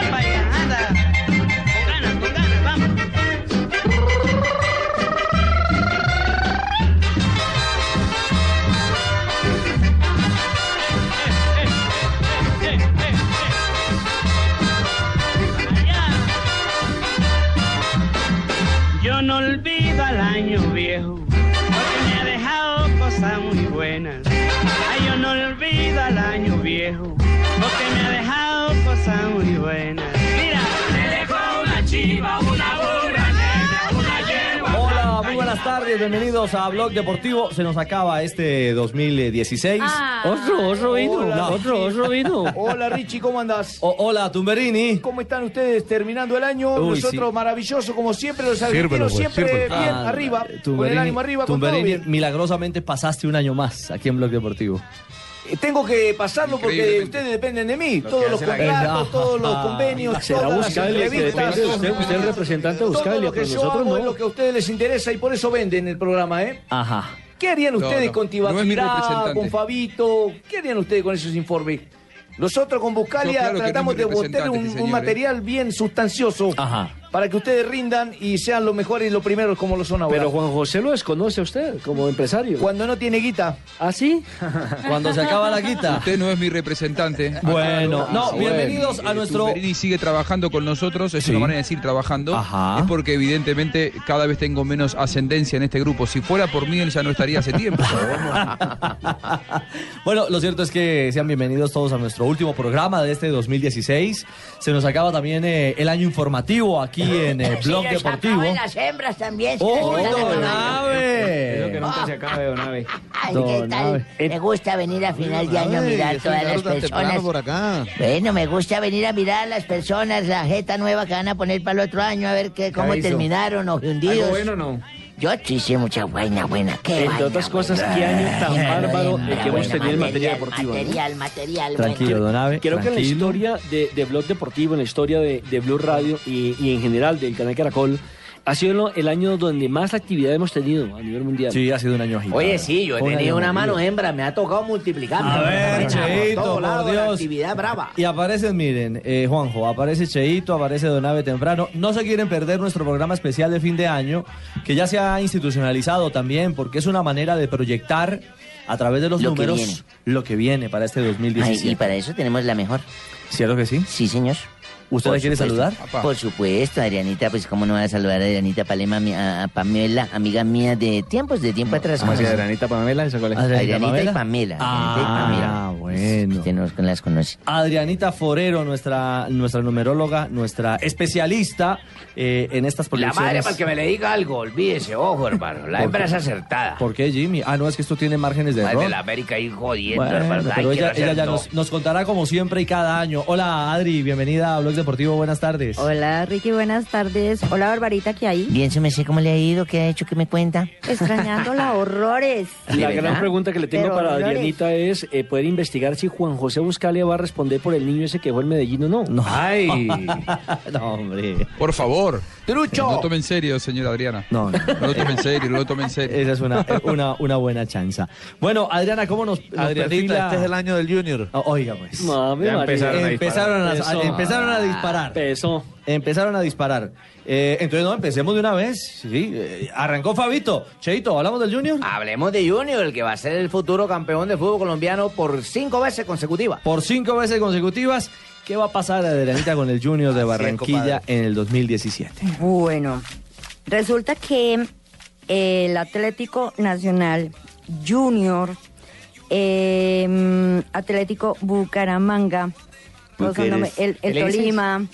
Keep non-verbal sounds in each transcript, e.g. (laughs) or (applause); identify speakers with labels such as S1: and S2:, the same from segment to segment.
S1: ¡Epa, ya, anda! Con ganas, con ganas, vamos. Eh, eh, eh, eh, eh, eh. Allá. Yo no olvido al año viejo, porque me ha dejado cosas muy buenas. Ay, yo no olvido al año viejo, porque me ha dejado cosas muy buenas. Mira, me dejó una chiva, una burra negra, una yegua.
S2: Hola, muy buenas tardes, bienvenidos a Blog Deportivo. Se nos acaba este 2016.
S3: Ah.
S4: Otro, otro vino.
S2: Hola.
S4: Otro, otro
S5: (laughs)
S4: vino.
S5: Hola Richie, ¿cómo andás?
S2: O- hola, Tumberini.
S5: ¿Cómo están ustedes terminando el año?
S2: Uy,
S5: Nosotros
S2: sí.
S5: maravilloso, como siempre, los
S6: pues,
S5: argentinos siempre bien
S2: Ah,
S5: arriba, con el
S2: Tumberini,
S5: ánimo arriba, con todo
S2: Tumberini,
S5: bien.
S2: milagrosamente pasaste un año más aquí en Blog Deportivo.
S5: Eh, Tengo que pasarlo porque
S6: Increíblemente.
S5: ustedes dependen de mí,
S6: Lo
S5: todos
S6: que
S5: los
S6: hace la
S5: contratos,
S2: gente.
S5: todos los
S2: Ah,
S5: convenios,
S7: será
S5: todas las
S7: Buscalia el que
S5: entrevistas,
S7: depende de usted, usted es el representante de
S5: todo
S7: Buscalia,
S5: lo que
S7: pero
S5: yo
S7: nosotros
S5: hago
S7: no.
S5: es lo que a ustedes les interesa y por eso venden el programa, ¿eh?
S2: Ajá.
S5: ¿Qué harían
S6: No,
S5: ustedes
S6: no,
S5: con
S6: no es mi
S5: Tibaquirá,
S6: representante.
S5: con Fabito? ¿Qué harían ustedes con esos informes? Nosotros con Buscalia
S6: Yo claro que no es
S5: tratamos
S6: mi
S5: de botar
S6: representante,
S5: un,
S6: este
S5: un
S6: señor,
S5: material bien sustancioso
S2: Ajá.
S5: para que ustedes rindan y sean los mejores y los primeros como lo son ahora.
S7: Pero Juan José lo desconoce a usted como empresario.
S5: Cuando no tiene guita, (laughs)
S7: ¿Ah, sí?
S2: Cuando se acaba la guita.
S6: Usted no es mi representante.
S2: (laughs) Bueno,
S7: Ah,
S2: no,
S7: sí,
S2: bienvenidos a nuestro.
S6: Tumberini sigue trabajando con nosotros, es
S2: Sí.
S6: una manera de decir trabajando.
S2: Ajá.
S6: Es porque evidentemente cada vez tengo menos ascendencia en este grupo. Si fuera por mí, él ya no estaría hace tiempo.
S2: Bueno, lo cierto es que sean bienvenidos todos a nuestro último programa de este 2016. Se nos acaba también eh, el año informativo
S5: (laughs)
S2: aquí en eh, Blog
S3: Se les acaban
S2: Deportivo.
S3: las hembras también. se les
S2: ¡Oh,
S3: gustan las
S2: don
S3: hembras.
S2: Abe!
S7: nunca se acabe, don Ave.
S3: Oh, Ay, ¿qué
S7: Don
S3: tal?
S7: Abe.
S3: Me gusta venir a final de año a mirar todas las personas.
S5: acá.
S3: Bueno, me gusta venir a mirar a las personas, la jeta nueva que van a poner para el otro año, a ver qué, cómo
S7: hizo?
S8: Ah,
S3: terminaron o
S7: ¿Algo
S3: hundidos.
S7: bueno o no?
S3: Yo sí hice mucha vaina buena, qué
S7: Entre
S3: vaina
S7: otras cosas,
S3: buena.
S7: qué año tan
S3: Lleno de
S7: bárbaro el
S3: vaina
S7: que hemos
S3: buena,
S7: tenido en materia
S3: material,
S7: deportiva, ¿no?
S3: Material, material, bueno.
S2: Tranquilo, don Abe.
S7: Creo que en la
S2: tranquilo.
S7: historia de, de Blog Deportivo, en la historia de, de Blue Radio y, y en general del canal Caracol, ha sido lo- el año donde más actividad hemos tenido a nivel mundial.
S2: Sí, ha sido un año agitado.
S8: Oye, sí, yo he
S2: Un año
S8: tenido una
S2: movido.
S8: mano hembra, me ha tocado multiplicar.
S2: A ver,
S8: Por
S2: Cheito,
S8: todo
S2: por
S8: lado, la
S2: Dios.
S8: Actividad brava.
S2: Y aparecen, miren, eh, Juanjo, aparece Cheito, aparece Donave temprano. No se quieren perder nuestro programa especial de fin de año, que ya se ha institucionalizado también, porque es una manera de proyectar a través de los
S8: Lo que
S2: números lo que viene para este
S8: Ay, y
S2: 2017.
S8: para eso tenemos la mejor.
S2: ¿Cierto que sí?
S8: Sí, señor.
S2: ¿Usted
S8: Por
S2: la quiere
S8: supuesto.
S2: saludar?
S6: Apa.
S8: Por supuesto, Adrianita, pues cómo no va a saludar a Adrianita Palema, mi- a, a Pamela, amiga mía de tiempos, de tiempo atrás. ¿cómo se llama?
S7: Adrianita Pamela, esa cuál es?
S8: Ah. Adrianita y
S2: Pamela?
S8: Pamela.
S2: Ah,
S8: Adrianita y Pamela.
S2: bueno.
S8: Usted no las conoce.
S2: Adrianita Forero, nuestra, nuestra numeróloga, nuestra especialista eh, en estas
S4: La
S2: proyecciones.
S4: madre, para que me le diga algo, olvídese, ojo, hermano. La hembra es acertada.
S2: ¿Por qué, Jimmy? Ah, no, es que esto tiene márgenes de
S4: Madre
S2: error.
S4: de la América ahí jodiendo,
S2: Bueno,
S4: hermano. Ay,
S2: pero
S4: que
S2: ella,
S4: no
S2: ella ya
S4: acertó.
S2: nos, nos contará como siempre y cada año. Hola, Adri, bienvenida a Blog Deportivo, buenas tardes.
S9: Hola Ricky, buenas tardes. Hola Barbarita, ¿qué hay?
S8: Bien, se me sé cómo le ha ido, qué ha hecho, qué me cuenta.
S7: (laughs)
S9: Extrañándola, horrores.
S7: La
S8: ¿De
S7: gran
S8: verdad?
S7: pregunta que le tengo
S9: Pero
S7: para
S9: Dolores.
S7: Adrianita es eh, poder investigar si Juan José Buscalia va a responder por el niño ese que fue en Medellín o no.
S2: (laughs)
S6: (laughs)
S2: Ay. no, hombre.
S6: Por favor. No
S5: ¡Trucho!
S6: lo tome en serio, señora Adriana.
S2: No, no.
S6: No lo tome en serio, no lo tome en serio.
S2: Esa es una, eh, una, una buena chanza. Bueno, Adriana, ¿cómo nos, nos perfila?
S5: este año del Junior.
S2: O- Oiga, pues.
S7: Ave
S5: Ya
S7: María.
S5: empezaron a
S2: Empezaron a,
S7: Eso.
S2: a- empezaron a
S8: Ah,
S2: disparar.
S7: Empezó.
S2: Empezaron a disparar. Eh, entonces, no, empecemos de una vez. Sí, eh, arrancó Fabito. Cheito, ¿hablamos del Junior?
S8: Hablemos de Junior, el que va a ser el futuro campeón del fútbol colombiano por cinco veces consecutivas.
S2: por cinco veces consecutivas. ¿Qué va a pasar, Adrianita, con el Junior de Barranquilla en el 2017?
S9: Bueno, resulta que eh, el Atlético Nacional Junior, eh, Atlético Bucaramanga, no son nome- el, el Tolima,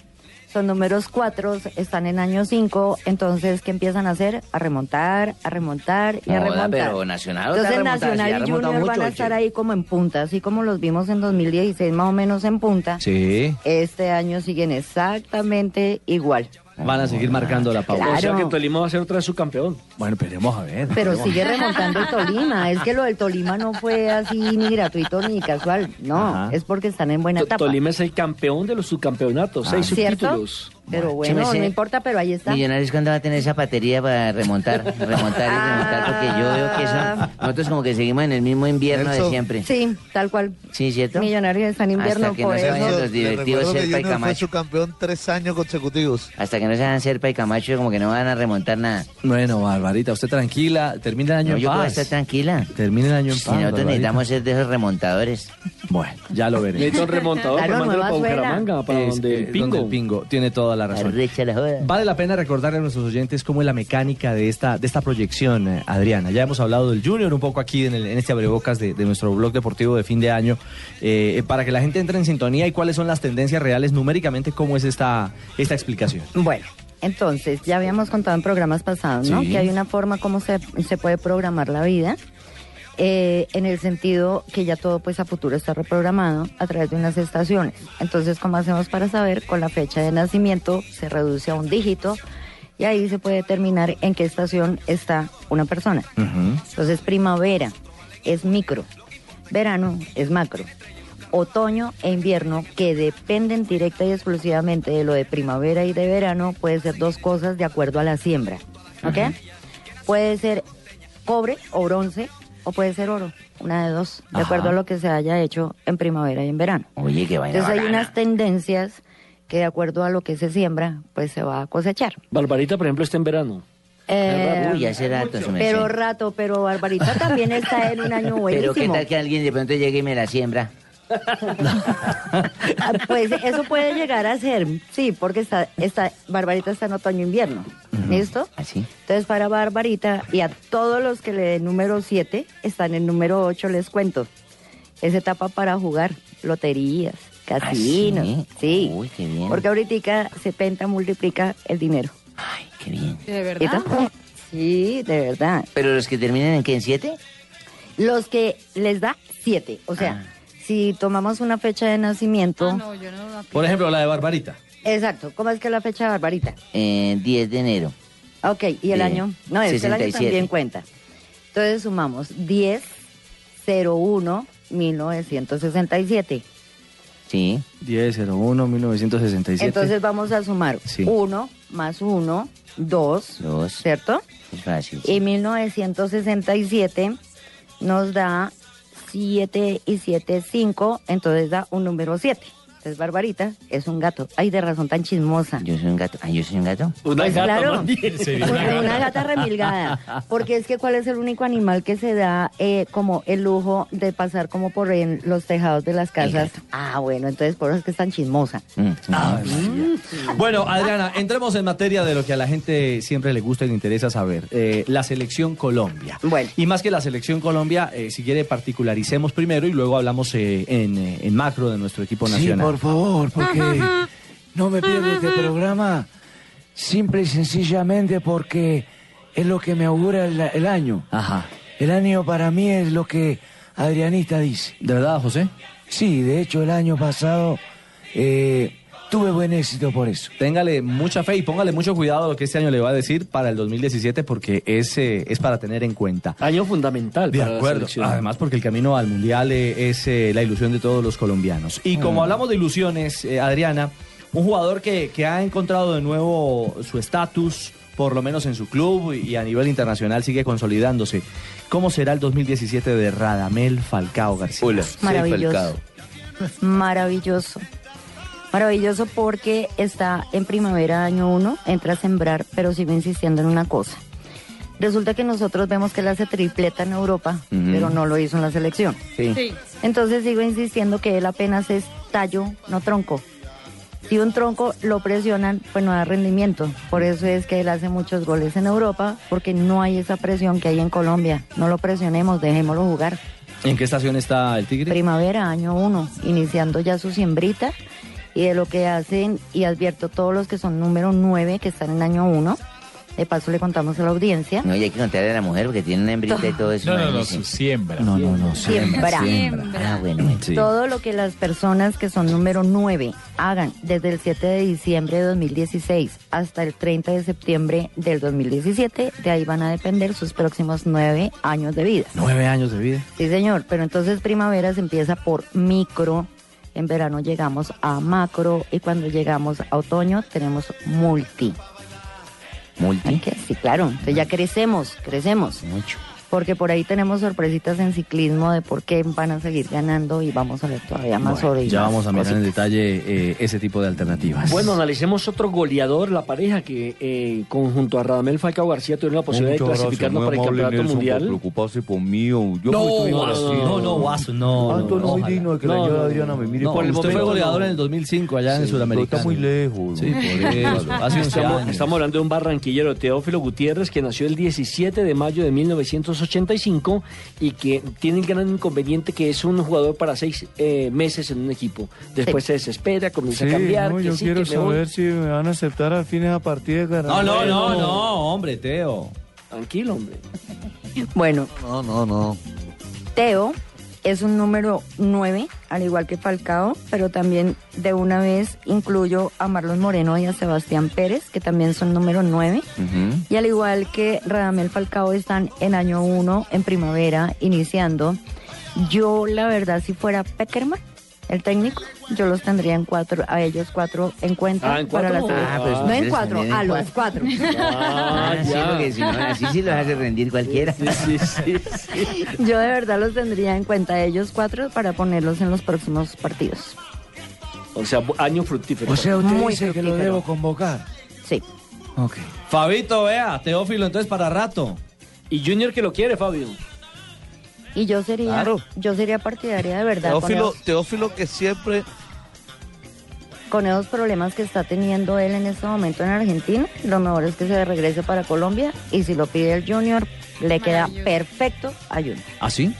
S9: son números cuatro, están en año cinco, entonces, ¿qué empiezan a hacer? A remontar, a remontar y a
S8: Joda,
S9: remontar.
S8: pero Nacional otra
S9: Entonces
S8: remontada, sí, ha
S9: Nacional y
S8: remontado
S9: Junior van
S8: mucho,
S9: a
S8: oye.
S9: estar ahí como en punta, así como los vimos en 2016, más o menos en punta.
S2: Sí.
S9: Este año siguen exactamente igual.
S2: van a seguir marcando la pauta.
S7: O sea que Tolima va a ser otra vez su campeón.
S2: Bueno, esperemos a ver.
S9: Pero
S2: esperemos.
S9: sigue remontando el Tolima. Es que lo del Tolima no fue así ni gratuito ni casual. No,
S7: Ajá.
S9: es porque están en buena
S7: To-
S9: etapa.
S7: Tolima es el campeón de los subcampeonatos, seis
S9: ¿Cierto?
S7: subtítulos.
S9: Pero
S8: Yo me
S9: bueno,
S8: sé-
S9: no importa, pero ahí está.
S8: Millonarios, ¿cuándo va a tener esa batería para remontar, remontar
S9: Ah.
S8: y remontar? Porque yo veo que eso, nosotros como que seguimos en el mismo invierno de
S10: Nelson.
S8: siempre.
S9: Sí, tal cual.
S8: Sí, ¿cierto?
S9: Millonarios están en invierno.
S8: Hasta que no
S9: por
S8: se
S9: eso.
S8: vayan los directivos
S10: que
S8: Serpa y
S10: Junior fue
S8: Camacho.
S10: su campeón tres años consecutivos.
S8: Hasta que no sean Serpa y Camacho, como que no van a remontar nada.
S2: Bueno, Barbarita, usted tranquila, termina el año
S8: No,
S2: en
S8: yo puedo
S2: paz.
S8: estar tranquila.
S2: Termina el año en
S8: Si
S2: paz.
S8: nosotros
S2: Barbarita.
S8: necesitamos ser de esos remontadores.
S2: Bueno, ya lo veremos.
S7: Necesita un remontador
S9: Claro,
S7: para mandarlo
S9: nueva
S7: para
S9: suela.
S7: Bucaramanga, para
S2: Es-
S7: donde
S2: eh,
S7: el pingo.
S2: donde el pingo. Tiene toda la razón.
S8: Arrecha la joda.
S2: Vale la pena recordarle a nuestros oyentes cómo es la mecánica de esta, de esta proyección, eh, Adriana. Ya hemos hablado del Junior un poco aquí en, el- en este abrebocas de, de nuestro blog deportivo de fin de año, eh, para que la gente entre en sintonía y cuáles son las tendencias reales numéricamente, cómo es esta, esta explicación.
S9: Bueno, entonces, ya habíamos contado en programas pasados, ¿no?
S2: Sí.
S9: Que hay una forma como se, se puede programar la vida, eh, en el sentido que ya todo pues a futuro está reprogramado a través de unas estaciones. Entonces, ¿cómo hacemos para saber? Con la fecha de nacimiento se reduce a un dígito y ahí se puede determinar en qué estación está una persona. Entonces, primavera es micro, verano es macro, otoño e invierno, que dependen directa y exclusivamente de lo de primavera y de verano, puede ser dos cosas de acuerdo a la siembra. ¿Ok? Puede ser cobre o bronce, o puede ser oro, una de dos, de
S8: Ajá.
S9: acuerdo a lo que se haya hecho en primavera y en verano.
S8: Oye, qué vaina
S9: Entonces, hay
S8: bacana.
S9: unas tendencias que de acuerdo a lo que se siembra, pues se va a cosechar.
S7: Barbarita, por ejemplo, está en verano.
S9: Eh,
S8: Uy, hace rato se me
S9: pero
S8: hace.
S9: rato, pero Barbarita también está en un año Oh, buenísimo.
S8: (laughs) Pero qué tal que alguien de pronto llegue y me la siembra.
S9: Ah, Pues eso puede llegar a ser, sí, porque está, está, Barbarita está en otoño-invierno, ¿listo?
S8: Así.
S9: Entonces para Barbarita y a todos los que le den número 7, están en número 8, les cuento. Es etapa para jugar, loterías, casinos,
S8: Ah, ¿sí?
S9: Ah, sí.
S8: Uy, qué bien.
S9: Porque ahorita 70 multiplica el dinero.
S8: Ay, qué bien.
S11: ¿De verdad?
S9: ¿listo? Sí, de verdad.
S8: Pero los que terminen en qué, en siete?
S9: Los que les da 7, o sea,
S8: Ah.
S9: si tomamos una fecha de nacimiento...
S11: Ah, no, yo no la
S2: Por ejemplo, la de Barbarita.
S9: Exacto, ¿cómo es que es la fecha de Barbarita?
S8: Eh, 10 de enero.
S9: Ok, ¿y el
S8: Eh,
S9: año? No, es que el año
S8: 67.
S9: también cuenta. Entonces sumamos 10, 01, 1967.
S8: Sí.
S2: 1001 1967.
S9: Entonces vamos a sumar
S2: Sí.
S9: 1 más 1, 2,
S8: Dos.
S9: ¿cierto?
S8: Es fácil.
S9: Y 1967 nos da 7 y 7, 5, entonces da un número 7. Entonces Barbarita es un gato. Ay, de razón tan chismosa.
S8: Yo soy un gato. Ah, yo soy un gato.
S7: Una
S9: Pues
S7: gata,
S9: claro.
S7: más bien.
S9: Una gata. remilgada. Porque es que cuál es el único animal que se da eh, como el lujo de pasar como por en los tejados de las casas.
S8: gato.
S9: Ah, bueno, entonces por eso es que es tan chismosa.
S8: Mm.
S2: Ah, Bueno, Adriana, entremos en materia de lo que a la gente siempre le gusta y le interesa saber, eh, la selección Colombia.
S9: Bueno.
S2: Y más que la selección Colombia, eh, si quiere particularicemos primero y luego hablamos eh, en, eh, en macro de nuestro equipo
S5: Sí,
S2: nacional.
S5: por favor, porque no me pierdo este programa. Simple y sencillamente porque es lo que me augura el, el año.
S2: Ajá.
S5: El año para mí es lo que Adrianita dice.
S2: ¿De verdad, José?
S5: Sí, de hecho el año pasado eh, tuve buen éxito por eso.
S2: Téngale mucha fe y póngale mucho cuidado a lo que este año le va a decir para el 2017 porque es, eh, es para tener en cuenta.
S7: Año fundamental
S2: De
S7: para la
S2: acuerdo.
S7: selección.
S2: Además, porque el camino al mundial eh, es eh, la ilusión de todos los colombianos. Y
S7: Mm.
S2: como hablamos de ilusiones, eh, Adriana, un jugador que, que ha encontrado de nuevo su estatus, por lo menos en su club y, y a nivel internacional, sigue consolidándose. ¿Cómo será el 2017 de Radamel Falcao García?
S9: Maravilloso. Maravilloso. Maravilloso porque está en primavera año 1, entra a sembrar, pero sigo insistiendo en una cosa. Resulta que nosotros vemos que él hace tripleta en Europa, pero no lo hizo en la selección.
S11: Sí.
S9: Entonces sigo insistiendo que él apenas es tallo, no tronco. Si un tronco lo presionan, pues no da rendimiento. Por eso es que él hace muchos goles en Europa, porque no hay esa presión que hay en Colombia. No lo presionemos, dejémoslo jugar.
S2: ¿En qué estación está el Tigre?
S9: Primavera, año 1, iniciando ya su siembrita y de lo que hacen, y advierto todos los que son número 9, que están en año 1, De paso le contamos a la audiencia.
S8: No, y hay que contarle a la mujer porque tiene una hembrita y todo eso.
S11: No, no, no,
S8: imagínese.
S11: su siembra.
S8: No, no, no,
S9: Siembra.
S8: Ah, bueno, bueno.
S9: Todo lo que las personas que son número 9 hagan desde el 7 de diciembre de 2016 hasta el 30 de septiembre del 2017, de ahí van a depender sus próximos 9 años de vida.
S2: Nueve años de vida.
S9: Sí, señor, pero entonces primavera se empieza por micro, en verano llegamos a macro y cuando llegamos a otoño tenemos multi.
S8: Multi.
S9: Hay que- Sí, claro, entonces ya crecemos, crecemos.
S8: Mucho.
S9: Porque por ahí tenemos sorpresitas en ciclismo de por qué van a seguir ganando y vamos a ver todavía más
S2: Bueno,
S9: sobre y
S2: ya
S9: más
S2: vamos a mirar en
S9: cositas.
S2: detalle eh, ese tipo de alternativas.
S7: Bueno, analicemos otro goleador, la pareja que eh, conjunto a Radamel Falcao García tuvieron la posibilidad de clasificarnos para el campeonato mundial.
S12: preocuparse por mí. o Yo
S2: no, no, no, no, no, Guaso, no.
S12: Ah, entonces no soy
S2: ojalá.
S12: digno de que la
S2: No,
S12: lleve
S2: no,
S12: Adriana. Me mire
S2: no,
S12: por el
S2: usted fue
S12: momento,
S2: goleador
S12: no.
S2: en el 2005 allá en
S12: Sí,
S2: Sudamérica.
S12: pero está muy lejos.
S2: Sí, por eso. Hace 11
S7: Estamos,
S2: años.
S7: estamos hablando de un barranquillero, Teófilo Gutiérrez, que nació el 17 de mayo de 1985 y que tiene el gran inconveniente que es un jugador para seis eh, meses en un equipo. Después se desespera, comienza
S12: Sí,
S7: a cambiar.
S12: no,
S7: que
S12: yo
S7: sí,
S12: quiero
S7: que me voy.
S12: saber si me van a aceptar al fin esa partida de
S2: No,
S12: Caracol.
S2: no, no, no, hombre, Teo.
S7: Tranquilo, hombre.
S9: Bueno,
S12: No, no, no.
S9: Teo es un número 9, al igual que Falcao, pero también de una vez incluyo a Marlon Moreno y a Sebastián Pérez, que también son número 9. Y al igual que Radamel Falcao están en año 1, en primavera, iniciando. Yo, la verdad, si fuera Peckerman, el técnico, yo los tendría en cuatro, a ellos cuatro en cuenta.
S8: Ah, ¿en
S9: Para
S8: cuatro?
S9: la
S8: Ah, pues
S9: no en
S8: ustedes
S9: cuatro,
S8: también en
S9: a los cuatro. (laughs)
S8: Ah, sí, porque si no, así sí los hace rendir cualquiera.
S9: Yo de verdad los tendría en cuenta ellos cuatro para ponerlos en los próximos partidos.
S7: O sea, bu- año fructífero.
S5: O sea, usted
S9: Muy
S5: dice que lo
S9: fructífero.
S5: debo convocar.
S9: Sí.
S5: Ok.
S2: Fabito, vea, Teófilo, entonces para rato.
S7: Y Junior que lo quiere, Fabio.
S9: Y yo sería,
S10: Claro.
S9: yo sería partidaria de verdad con
S10: Teófilo,
S9: esos,
S10: Teófilo que siempre
S9: con esos problemas que está teniendo él en este momento en Argentina. Lo mejor es que se regrese para Colombia y si lo pide el Junior, le queda perfecto a Junior.
S2: ¿Ah, sí?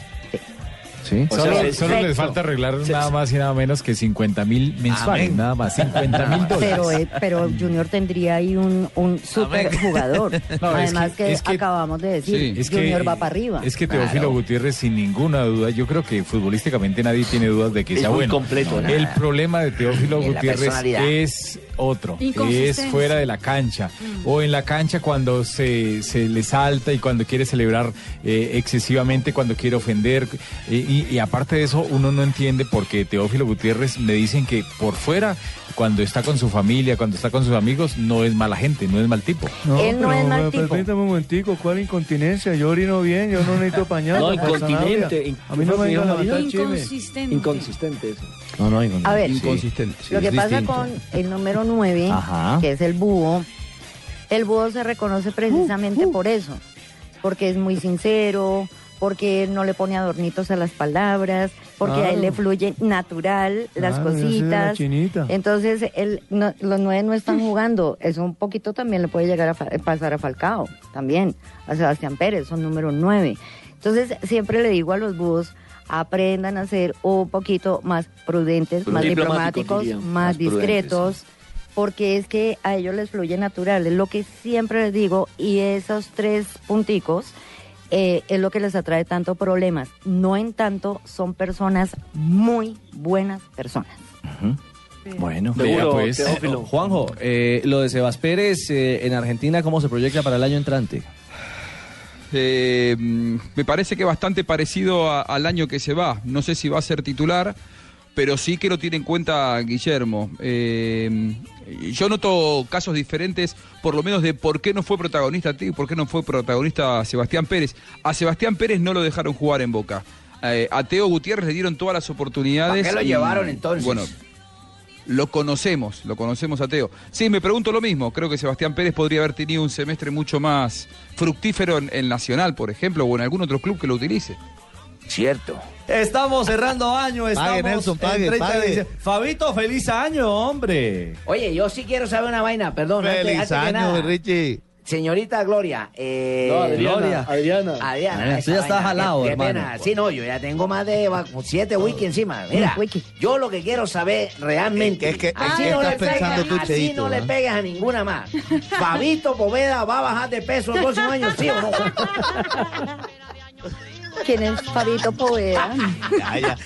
S11: Sí.
S9: O
S11: Solo,
S9: sea,
S11: solo
S9: perfecto.
S11: les falta arreglar nada más y nada menos que 50 mil mensuales.
S10: Amén.
S11: Nada más, 50 mil dólares.
S9: (laughs) Pero, eh, pero Junior tendría ahí un, un super jugador.
S11: (laughs) No, es
S9: Además
S11: que-
S9: que,
S11: es que-
S9: acabamos de decir,
S11: Sí, es que-
S9: Junior va para arriba.
S11: Es que Teófilo Gutiérrez, sin ninguna duda, yo creo que futbolísticamente nadie tiene dudas de que
S7: Es
S11: sea
S7: muy
S11: bueno.
S7: completo, ¿no?
S11: El problema de Teófilo
S7: Y la
S11: Gutiérrez
S7: personalidad.
S11: es otro, es
S7: Inconsistencia.
S11: fuera de la cancha.
S3: Mm.
S11: O en la cancha cuando se, se le salta y cuando quiere celebrar eh, excesivamente, cuando quiere ofender. Eh, y, y aparte de eso, uno no entiende porque Teófilo Gutiérrez me dicen que por fuera, cuando está con su familia, cuando está con sus amigos, no es mala gente, no es mal tipo.
S9: Él no
S12: pero
S9: es mal
S12: me-
S9: tipo.
S12: Permítame un momentico, ¿cuál incontinencia? Yo orino bien, yo no necesito pañal.
S7: No,
S12: con
S7: incontinente.
S12: Sanabria. A mí no
S7: Dijo
S12: me digan
S7: Marina.
S12: levantar
S7: Inconsistente. Inconsistente. eso.
S2: No, no,
S9: A ver,
S6: inconsistente.
S9: Lo que pasa con el número 9,
S6: Ajá.
S9: que es el búho, el búho se reconoce precisamente
S12: Uh,
S9: por eso, porque es muy sincero, porque no le pone adornitos a las palabras, porque a
S12: Claro.
S9: él le fluye natural las
S12: Claro, yo soy de la
S9: cositas.
S12: chinita.
S9: Entonces, él, no- los nueve no están jugando. Eso un poquito también le puede llegar a fa- eh, pasar a Falcao, también, a Sebastián Pérez, son número nueve. Entonces, siempre le digo a los búhos, aprendan a ser un poquito más prudentes, más
S7: Diplomáticos,
S9: diplomáticos,
S7: diría.
S9: más,
S7: Más prudentes,
S9: discretos, porque es que a ellos les fluye natural, es lo que siempre les digo, y esos tres punticos eh, es lo que les atrae tanto problemas. No en tanto, son personas muy buenas personas.
S2: Bueno,
S7: Seguro,
S2: vea, pues.
S7: Teófilo.
S2: Juanjo, eh, lo de Sebas Pérez eh, en Argentina, ¿cómo se proyecta para el año entrante?
S6: Eh, mm, me parece que bastante parecido a- al año que se va. No sé si va a ser titular, pero sí que lo tiene en cuenta Guillermo. Eh, yo noto casos diferentes, por lo menos de por qué no fue protagonista ti, por qué no fue protagonista Sebastián Pérez. A Sebastián Pérez no lo dejaron jugar en Boca. Eh, a Teo Gutiérrez le dieron todas las oportunidades.
S4: ¿Para qué lo
S6: y,
S4: llevaron entonces?
S6: Bueno, lo conocemos, lo conocemos a Teo. Sí, me pregunto lo mismo. Creo que Sebastián Pérez podría haber tenido un semestre mucho más fructífero en, en Nacional, por ejemplo, o en algún otro club que lo utilice.
S4: Cierto.
S2: Estamos cerrando año, estamos
S4: Pague, Nelson, pague,
S2: en 30 de
S4: pague.
S2: diciembre. Fabito, feliz año, hombre.
S4: Oye, yo sí quiero saber una vaina, perdón. antes-
S10: Feliz
S4: antes que
S10: año,
S4: nada.
S10: Richie.
S4: Señorita Gloria. eh,
S13: No, Adriana,
S4: Gloria.
S13: Adriana.
S4: Adriana. esa
S13: Adriana, usted Ah, ya está
S4: vaina, qué-
S13: jalado,
S4: qué
S13: hermano.
S4: pena. Sí, no, yo ya tengo más de vacu- siete wiki encima. Mira, yo lo que quiero saber realmente. Es que, así
S10: ¿en qué
S4: no le
S10: estás pensando
S4: pegas,
S10: tú,
S4: así
S10: Cheito,
S4: no le
S10: ah?
S4: pegas a ninguna más. Fabito Poveda va a bajar de peso en próximo año, ¿sí o no?
S9: ¿Quién es Fabito Poveda?
S10: Ya, ya.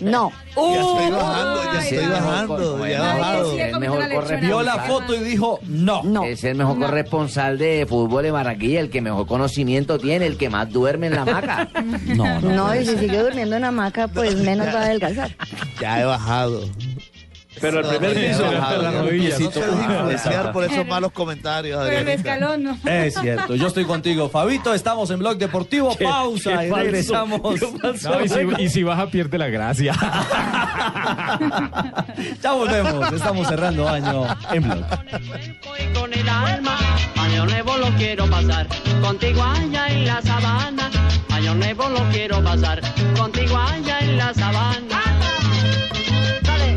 S9: No.
S10: Ya estoy bajando, ya estoy bajando, ya he bajado.
S4: El mejor corresponsal.
S2: Vio la foto y dijo, no.
S4: Es el mejor corresponsal de fútbol de Barranquilla, el que mejor conocimiento tiene, el que más duerme en la hamaca.
S9: No, y si sigue durmiendo en hamaca, pues menos va a adelgazar.
S10: (laughs) Ya he bajado.
S7: Pero al primer
S10: ya he
S7: piso,
S10: bajado,
S7: la
S10: ya no-
S7: rodilla,
S10: No
S7: sí,
S10: se
S7: tocó.
S2: Ah,
S10: deje influenciar por esos
S14: Pero-
S10: malos comentarios,
S14: Pero el
S10: Adrianita.
S14: escalón no.
S2: Es cierto, yo estoy contigo, Fabito. Estamos en Blog Deportivo.
S11: Qué-
S2: pausa
S11: qué
S2: y
S11: falso.
S2: regresamos.
S11: No, y, si, y si baja, pierde la gracia.
S2: Ya volvemos. Estamos cerrando año en Blog.
S1: con el alma. Año nuevo lo quiero pasar contigo allá en la sabana. Año nuevo lo quiero pasar contigo allá en la sabana. Dale.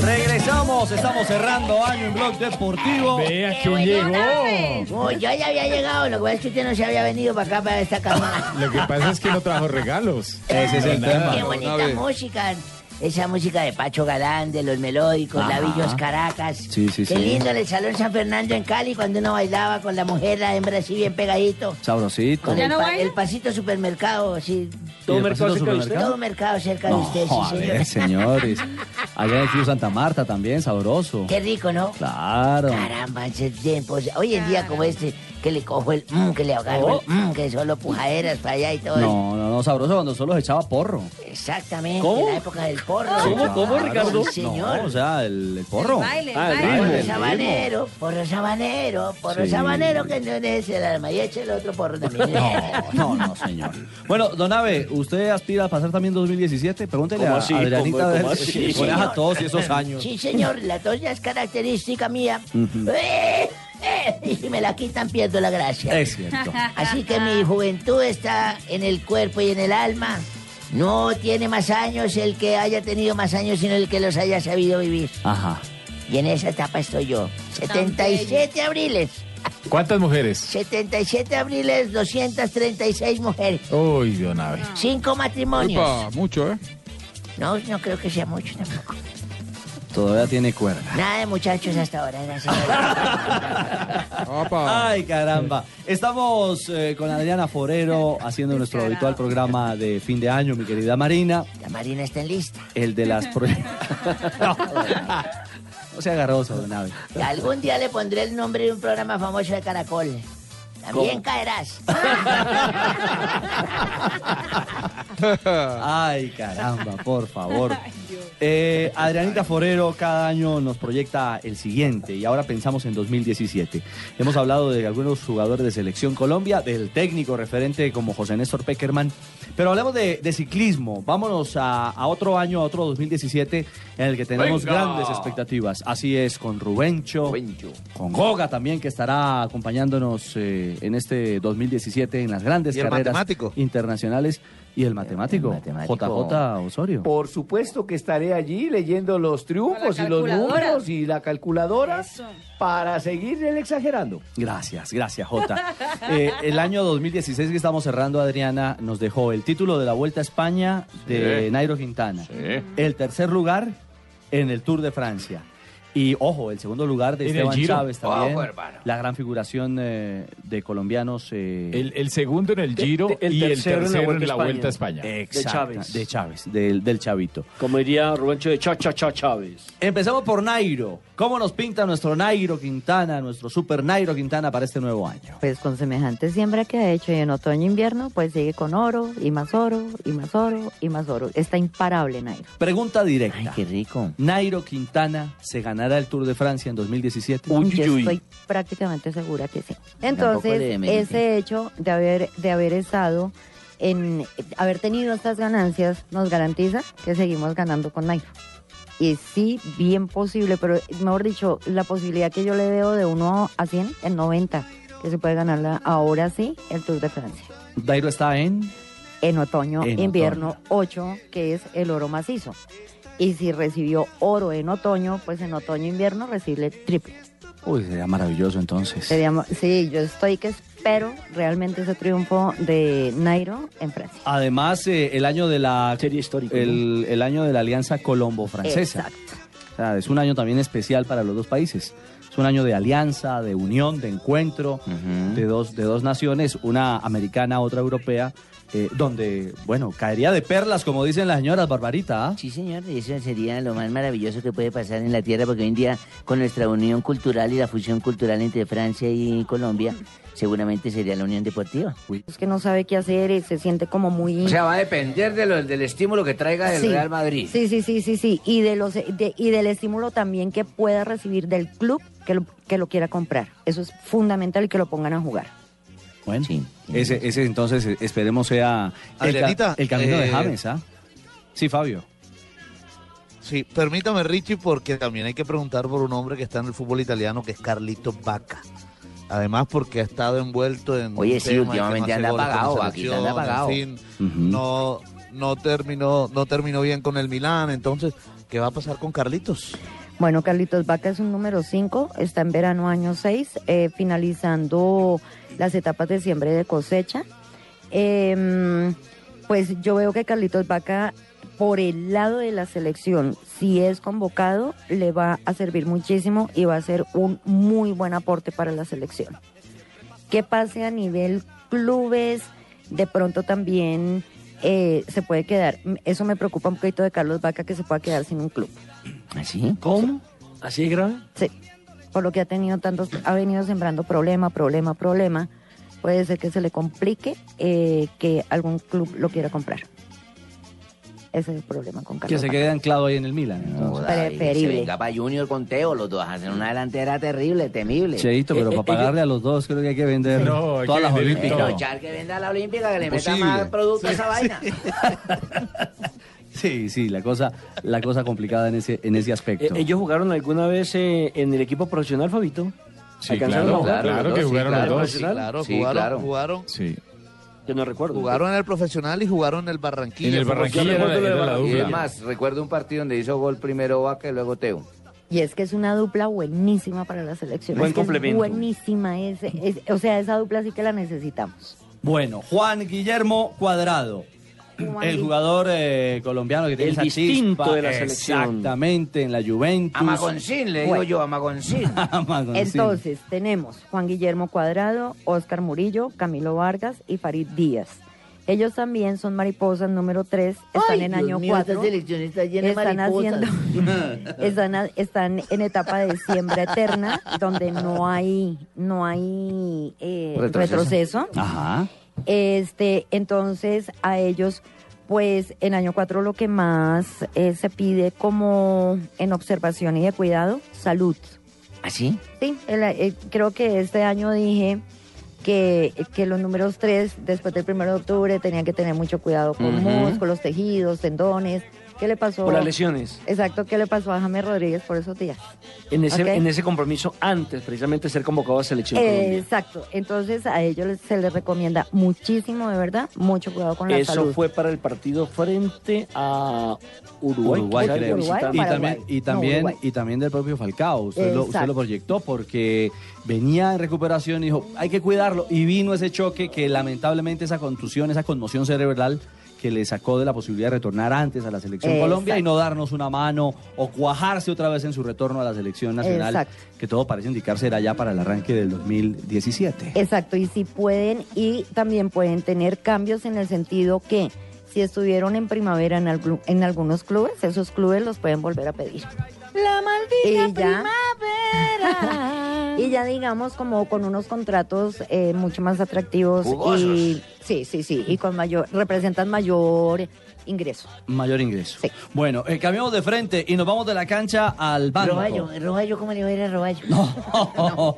S2: Regresamos. Estamos cerrando año en Blog Deportivo.
S11: Vea
S3: que No, yo ya había llegado, lo que pasa es que usted no se había venido para acá, para esta
S2: (laughs)
S3: cámara.
S11: Lo que pasa es que no trajo regalos.
S2: Ese es el tema.
S3: Qué bonita música. Esa música de Pacho Galán, de los melódicos,
S2: Ajá.
S3: Lavillos Caracas.
S2: Sí, sí,
S3: Qué
S2: sí.
S3: lindo en el Salón San Fernando en Cali cuando uno bailaba con la mujer, la hembra así bien pegadito.
S2: Sabrosito.
S3: Con el, pa- el pasito supermercado, así.
S2: ¿Todo ¿Y el mercado pasito cerca de usted? supermercado?
S3: Todo mercado cerca de
S2: No,
S3: usted, sí,
S2: a ver,
S3: señor.
S2: señores. Allá en el Club Santa Marta también, sabroso.
S3: (laughs) Qué rico, ¿no?
S2: Claro.
S3: Caramba, ese tiempo. Hoy en día como este, que le cojo el mmm, que le agarro el mmm, que solo pujaderas para allá y todo. eso.
S2: Oh. No, no, no, sabroso cuando solo se echaba porro.
S3: Exactamente,
S2: ¿Cómo?
S3: en la época del porro.
S2: Claro,
S3: Sí, señor.
S2: No, o sea, el, el porro.
S3: El baile, el Ah, el baile. ritmo, el
S2: el
S3: Sabanero, porro sabanero, porro
S2: Sí.
S3: sabanero, que no es el alma. Y echa el otro porro también.
S2: No, no, señor. Bueno, don Abe, ¿usted aspira a pasar también 2017? Pregúntele
S7: ¿Cómo
S2: a
S7: así?
S2: Adrianita
S7: ¿Cómo-
S2: a ver
S7: cómo
S2: si
S7: así,
S2: le pone
S7: señor?
S2: a todos esos años.
S3: Sí, señor, la tos ya es característica mía.
S2: Ujú.
S3: Eh, eh, Y si me la quitan, pierdo la gracia.
S2: Es cierto.
S3: Así que mi juventud está en el cuerpo y en el alma. No tiene más años el que haya tenido más años, sino el que los haya sabido vivir.
S2: Ajá.
S3: Y en esa etapa estoy yo. 77 abriles.
S11: ¿Cuántas mujeres?
S3: 77 abriles, 236 mujeres.
S11: Uy, don Ave.
S3: Cinco matrimonios.
S11: Upa,
S6: mucho, ¿eh?
S3: No, no creo que sea mucho tampoco.
S2: Todavía tiene cuerda.
S3: Nada de muchachos hasta ahora, gracias a Dios.
S2: Ay, caramba. Estamos eh, con Adriana Forero haciendo nuestro habitual programa de fin de año, mi querida Marina.
S3: La Marina está en lista.
S2: El de
S3: (laughs)
S2: las... pro- (laughs) no. no se agarroso, don Abe.
S3: Y algún día le pondré el nombre de un programa famoso de Caracol. También
S2: ¿Cómo?
S3: caerás.
S2: (laughs) Ay, caramba, por favor. Eh, Adrianita Forero cada año nos proyecta el siguiente y ahora pensamos en 2017. Hemos hablado de algunos jugadores de Selección Colombia, del técnico referente como José Néstor Peckerman, pero hablemos de, de ciclismo. Vámonos a, a otro año, a otro 2017 en el que tenemos
S4: Venga.
S2: grandes expectativas. Así es, con Rubencho, con Goga también que estará acompañándonos eh, en este 2017 en las grandes
S10: Y el
S2: carreras
S10: matemático.
S2: internacionales y el matemático, JJ Osorio.
S4: Por supuesto que estaré allí leyendo los triunfos
S14: Con
S4: y
S14: la
S4: los
S14: calculadora.
S4: números y la calculadora para seguir el exagerando.
S2: Gracias, gracias, (laughs) Jota. Eh, el año 2016 que estamos cerrando, Adriana, nos dejó el título de la Vuelta a España de
S4: Sí.
S2: Nairo Quintana. El tercer lugar en el Tour de Francia. Y ojo, el segundo lugar de
S11: En el
S2: Esteban
S11: Giro.
S2: Chávez también.
S11: Ojo, hermano.
S2: la gran figuración eh, de colombianos. eh,
S11: El, el segundo en el Giro
S2: Te- el
S11: y el
S2: tercero en la
S11: tercero
S2: Vuelta
S11: en la
S2: a
S11: Vuelta a
S2: España.
S11: España.
S2: Exacta- de Chávez, del, del Chavito.
S7: Como diría Rubencho de Cha Cha Cha Chávez.
S2: Empezamos por Nairo. ¿Cómo nos pinta nuestro Nairo Quintana, nuestro super Nairo Quintana para este nuevo año?
S9: Pues con semejante siembra que ha hecho y en otoño e invierno, pues sigue con oro y más oro y más oro y más oro. Está imparable, Nairo.
S2: Pregunta directa. Ay, qué rico. Nairo Quintana se ganará el Tour de Francia en 2017.
S9: Yo (laughs) estoy prácticamente segura que sí.
S2: Tampoco
S9: Entonces,
S2: le demerite.
S9: ese hecho de haber, de haber estado en haber tenido estas ganancias nos garantiza que seguimos ganando con Nike. Y sí, bien posible, pero mejor dicho, la posibilidad que yo le veo de 1 a 100 en 90, que se puede ganar la- ahora sí el Tour de Francia.
S2: Dairo está en...
S9: En otoño,
S2: En
S9: invierno 8, que es el oro macizo. Y si recibió oro en otoño, pues en otoño, invierno recibe triple.
S13: Uy, sería maravilloso entonces.
S9: Sería ma- sí, yo estoy que espero realmente ese triunfo de Nairo en Francia.
S2: Además, eh, el año de la... Serie histórica. El, el año de la alianza colombo-francesa.
S9: Exacto.
S2: O sea, es un año también especial para los dos países. Es un año de alianza, de unión, de encuentro de, dos, de dos naciones, una americana, otra europea, eh, donde, bueno, caería de perlas, como dicen las señoras Barbarita. ¿ah?
S8: Sí, señor, y eso sería lo más maravilloso que puede pasar en la Tierra, porque hoy en día, con nuestra unión cultural y la fusión cultural entre Francia y Colombia, seguramente sería la unión deportiva.
S9: Es que no sabe qué hacer y se siente como muy...
S4: O sea, va a depender de lo- del estímulo que traiga el
S9: Sí.
S4: Real Madrid.
S9: Sí, sí, sí, sí, sí. Y, de los, de- y del estímulo también que pueda recibir del club que lo, que lo quiera comprar. Eso es fundamental y que lo pongan a jugar.
S2: Bueno, ese, ese entonces eh, esperemos sea el, ca-
S10: Adrianita,
S2: el camino de
S10: eh,
S2: James, ¿ah? Sí, Fabio.
S10: Sí, permítame Richie porque también hay que preguntar por un hombre que está en el fútbol italiano que es Carlito Vaca. Además porque ha estado envuelto en
S8: Oye,
S10: un
S8: sí,
S10: tema de que
S8: últimamente
S10: hace
S8: anda
S10: goles con la
S8: apagado, Vaquita, anda
S10: selección, en
S8: apagado.
S10: fin,
S8: Ujú.
S10: no no terminó no terminó bien con el Milán, entonces ¿qué va a pasar con Carlitos?
S9: Bueno, Carlitos Vaca es un número 5, está en verano año 6, finalizando las etapas de siembra y de cosecha. Eh, pues yo veo que Carlitos Vaca, por el lado de la selección, si es convocado, le va a servir muchísimo y va a ser un muy buen aporte para la selección. Que pase a nivel clubes, de pronto también eh, se puede quedar. Eso me preocupa un poquito de Carlos Vaca, que se pueda quedar sin un club.
S8: ¿Así?
S9: ¿Cómo?
S7: ¿Así de grave?
S9: Sí, por lo que ha tenido tantos, ha venido sembrando problema, problema, problema. Puede ser que se le complique eh, que algún club lo quiera comprar. Ese es el problema con
S2: Que
S9: Carlos.
S2: se
S9: Vaca.
S2: quede anclado ahí en el Milan. entonces.
S8: Pues Se venga para Junior con Teo, los dos hacen una delantera terrible, temible.
S2: Cheito, pero
S13: (laughs)
S2: (laughs) para pagarle a los dos creo que hay que vender
S8: hay
S2: todas
S8: que
S2: las
S8: vender
S2: olímpicas.
S8: todo. Pero Char, que venda la Olímpica, que le meta
S2: Imposible.
S8: más producto a esa vaina.
S2: Sí, sí, la cosa, la cosa complicada en ese, en ese
S7: Eh,
S2: aspecto.
S7: ¿Ellos jugaron alguna vez eh, en el equipo profesional, Fabito?
S2: Sí,
S7: ¿Alcanzaron
S2: claro,
S7: a jugar?
S2: claro,
S7: ¿Los
S2: que
S7: dos?
S2: jugaron los
S7: claro,
S2: dos. Sí,
S7: profesional.
S10: Claro, jugaron, jugaron,
S7: Yo no recuerdo.
S10: jugaron en el profesional y jugaron en el Barranquilla. Fue
S13: Yo
S10: posible.
S13: recuerdo lo de Barranquilla. Y es más, recuerdo un partido donde hizo gol primero Vaca y luego Teo.
S9: Y es que es una dupla buenísima para la selección.
S13: Buen
S9: Es que es
S13: complemento.
S9: buenísima. es- es- o sea, esa dupla sí que la necesitamos.
S2: Bueno, Juan Guillermo Cuadrado. El jugador eh, colombiano que tiene
S7: El
S2: esa
S7: distinto
S2: chispa,
S7: de la selección.
S2: Exactamente, en la Juventus.
S9: Amagoncín, le digo Bueno. yo,
S2: (laughs) Amagoncín.
S9: Entonces, tenemos Juan Guillermo Cuadrado, Óscar Murillo, Camilo Vargas y Farid Díaz. Ellos también son mariposas número 3, están
S3: Ay,
S9: en
S3: Dios
S9: año
S3: mío, esta
S9: 4.
S3: selección está llena de
S9: están
S3: mariposas.
S9: haciendo (laughs) están, a- están en etapa de siembra eterna donde no hay no hay eh, retroceso.
S2: Ajá.
S9: Este, entonces a ellos, pues en año 4 lo que más eh, se pide como en observación y de cuidado, salud.
S8: ¿Así?
S9: Sí, el- eh, creo que este año dije que, que los números 3 después del 1 de octubre tenían que tener mucho cuidado con
S7: Ujú.
S9: músculos, tejidos, tendones. ¿Qué le pasó?
S7: Por las lesiones.
S9: Exacto, ¿qué le pasó a James Rodríguez por esos días?
S7: En ese,
S9: Ok.
S7: en ese compromiso antes, precisamente, de ser convocado a Selección
S9: Eh,
S7: Colombia.
S9: Exacto, entonces a ellos les- se les recomienda muchísimo, de verdad, mucho cuidado con la
S7: Eso
S9: salud.
S7: fue para el partido frente a Uruguay.
S2: Uruguay,
S7: ¿sabes?
S2: creo.
S7: Uruguay,
S2: y
S7: Paraguay.
S2: también, y,
S7: No,
S2: también,
S7: Uruguay.
S2: y también del propio Falcao. Usted lo, usted
S7: Exacto.
S2: lo proyectó porque venía en recuperación y dijo, hay que cuidarlo. Y vino ese choque que lamentablemente esa contusión, esa conmoción cerebral que le sacó de la posibilidad de retornar antes a la selección
S9: Exacto.
S2: Colombia y no darnos una mano o cuajarse otra vez en su retorno a la selección nacional,
S9: Exacto.
S2: que todo parece indicar será ya para el arranque del 2017.
S9: Exacto, y si pueden, y también pueden tener cambios en el sentido que si estuvieron en primavera en, algún- en algunos clubes, esos clubes los pueden volver a pedir.
S14: La maldita
S9: Y ya.
S14: primavera.
S3: (laughs)
S9: y ya digamos como con unos contratos eh, mucho más atractivos
S2: Jugosos.
S9: y sí, sí, sí, y con mayor representan mayor ingreso.
S2: Mayor ingreso. Bueno, eh, cambiamos de frente y nos vamos de la cancha al banco.
S3: Roballo, Roballo, ¿cómo le va a ir a Roballo?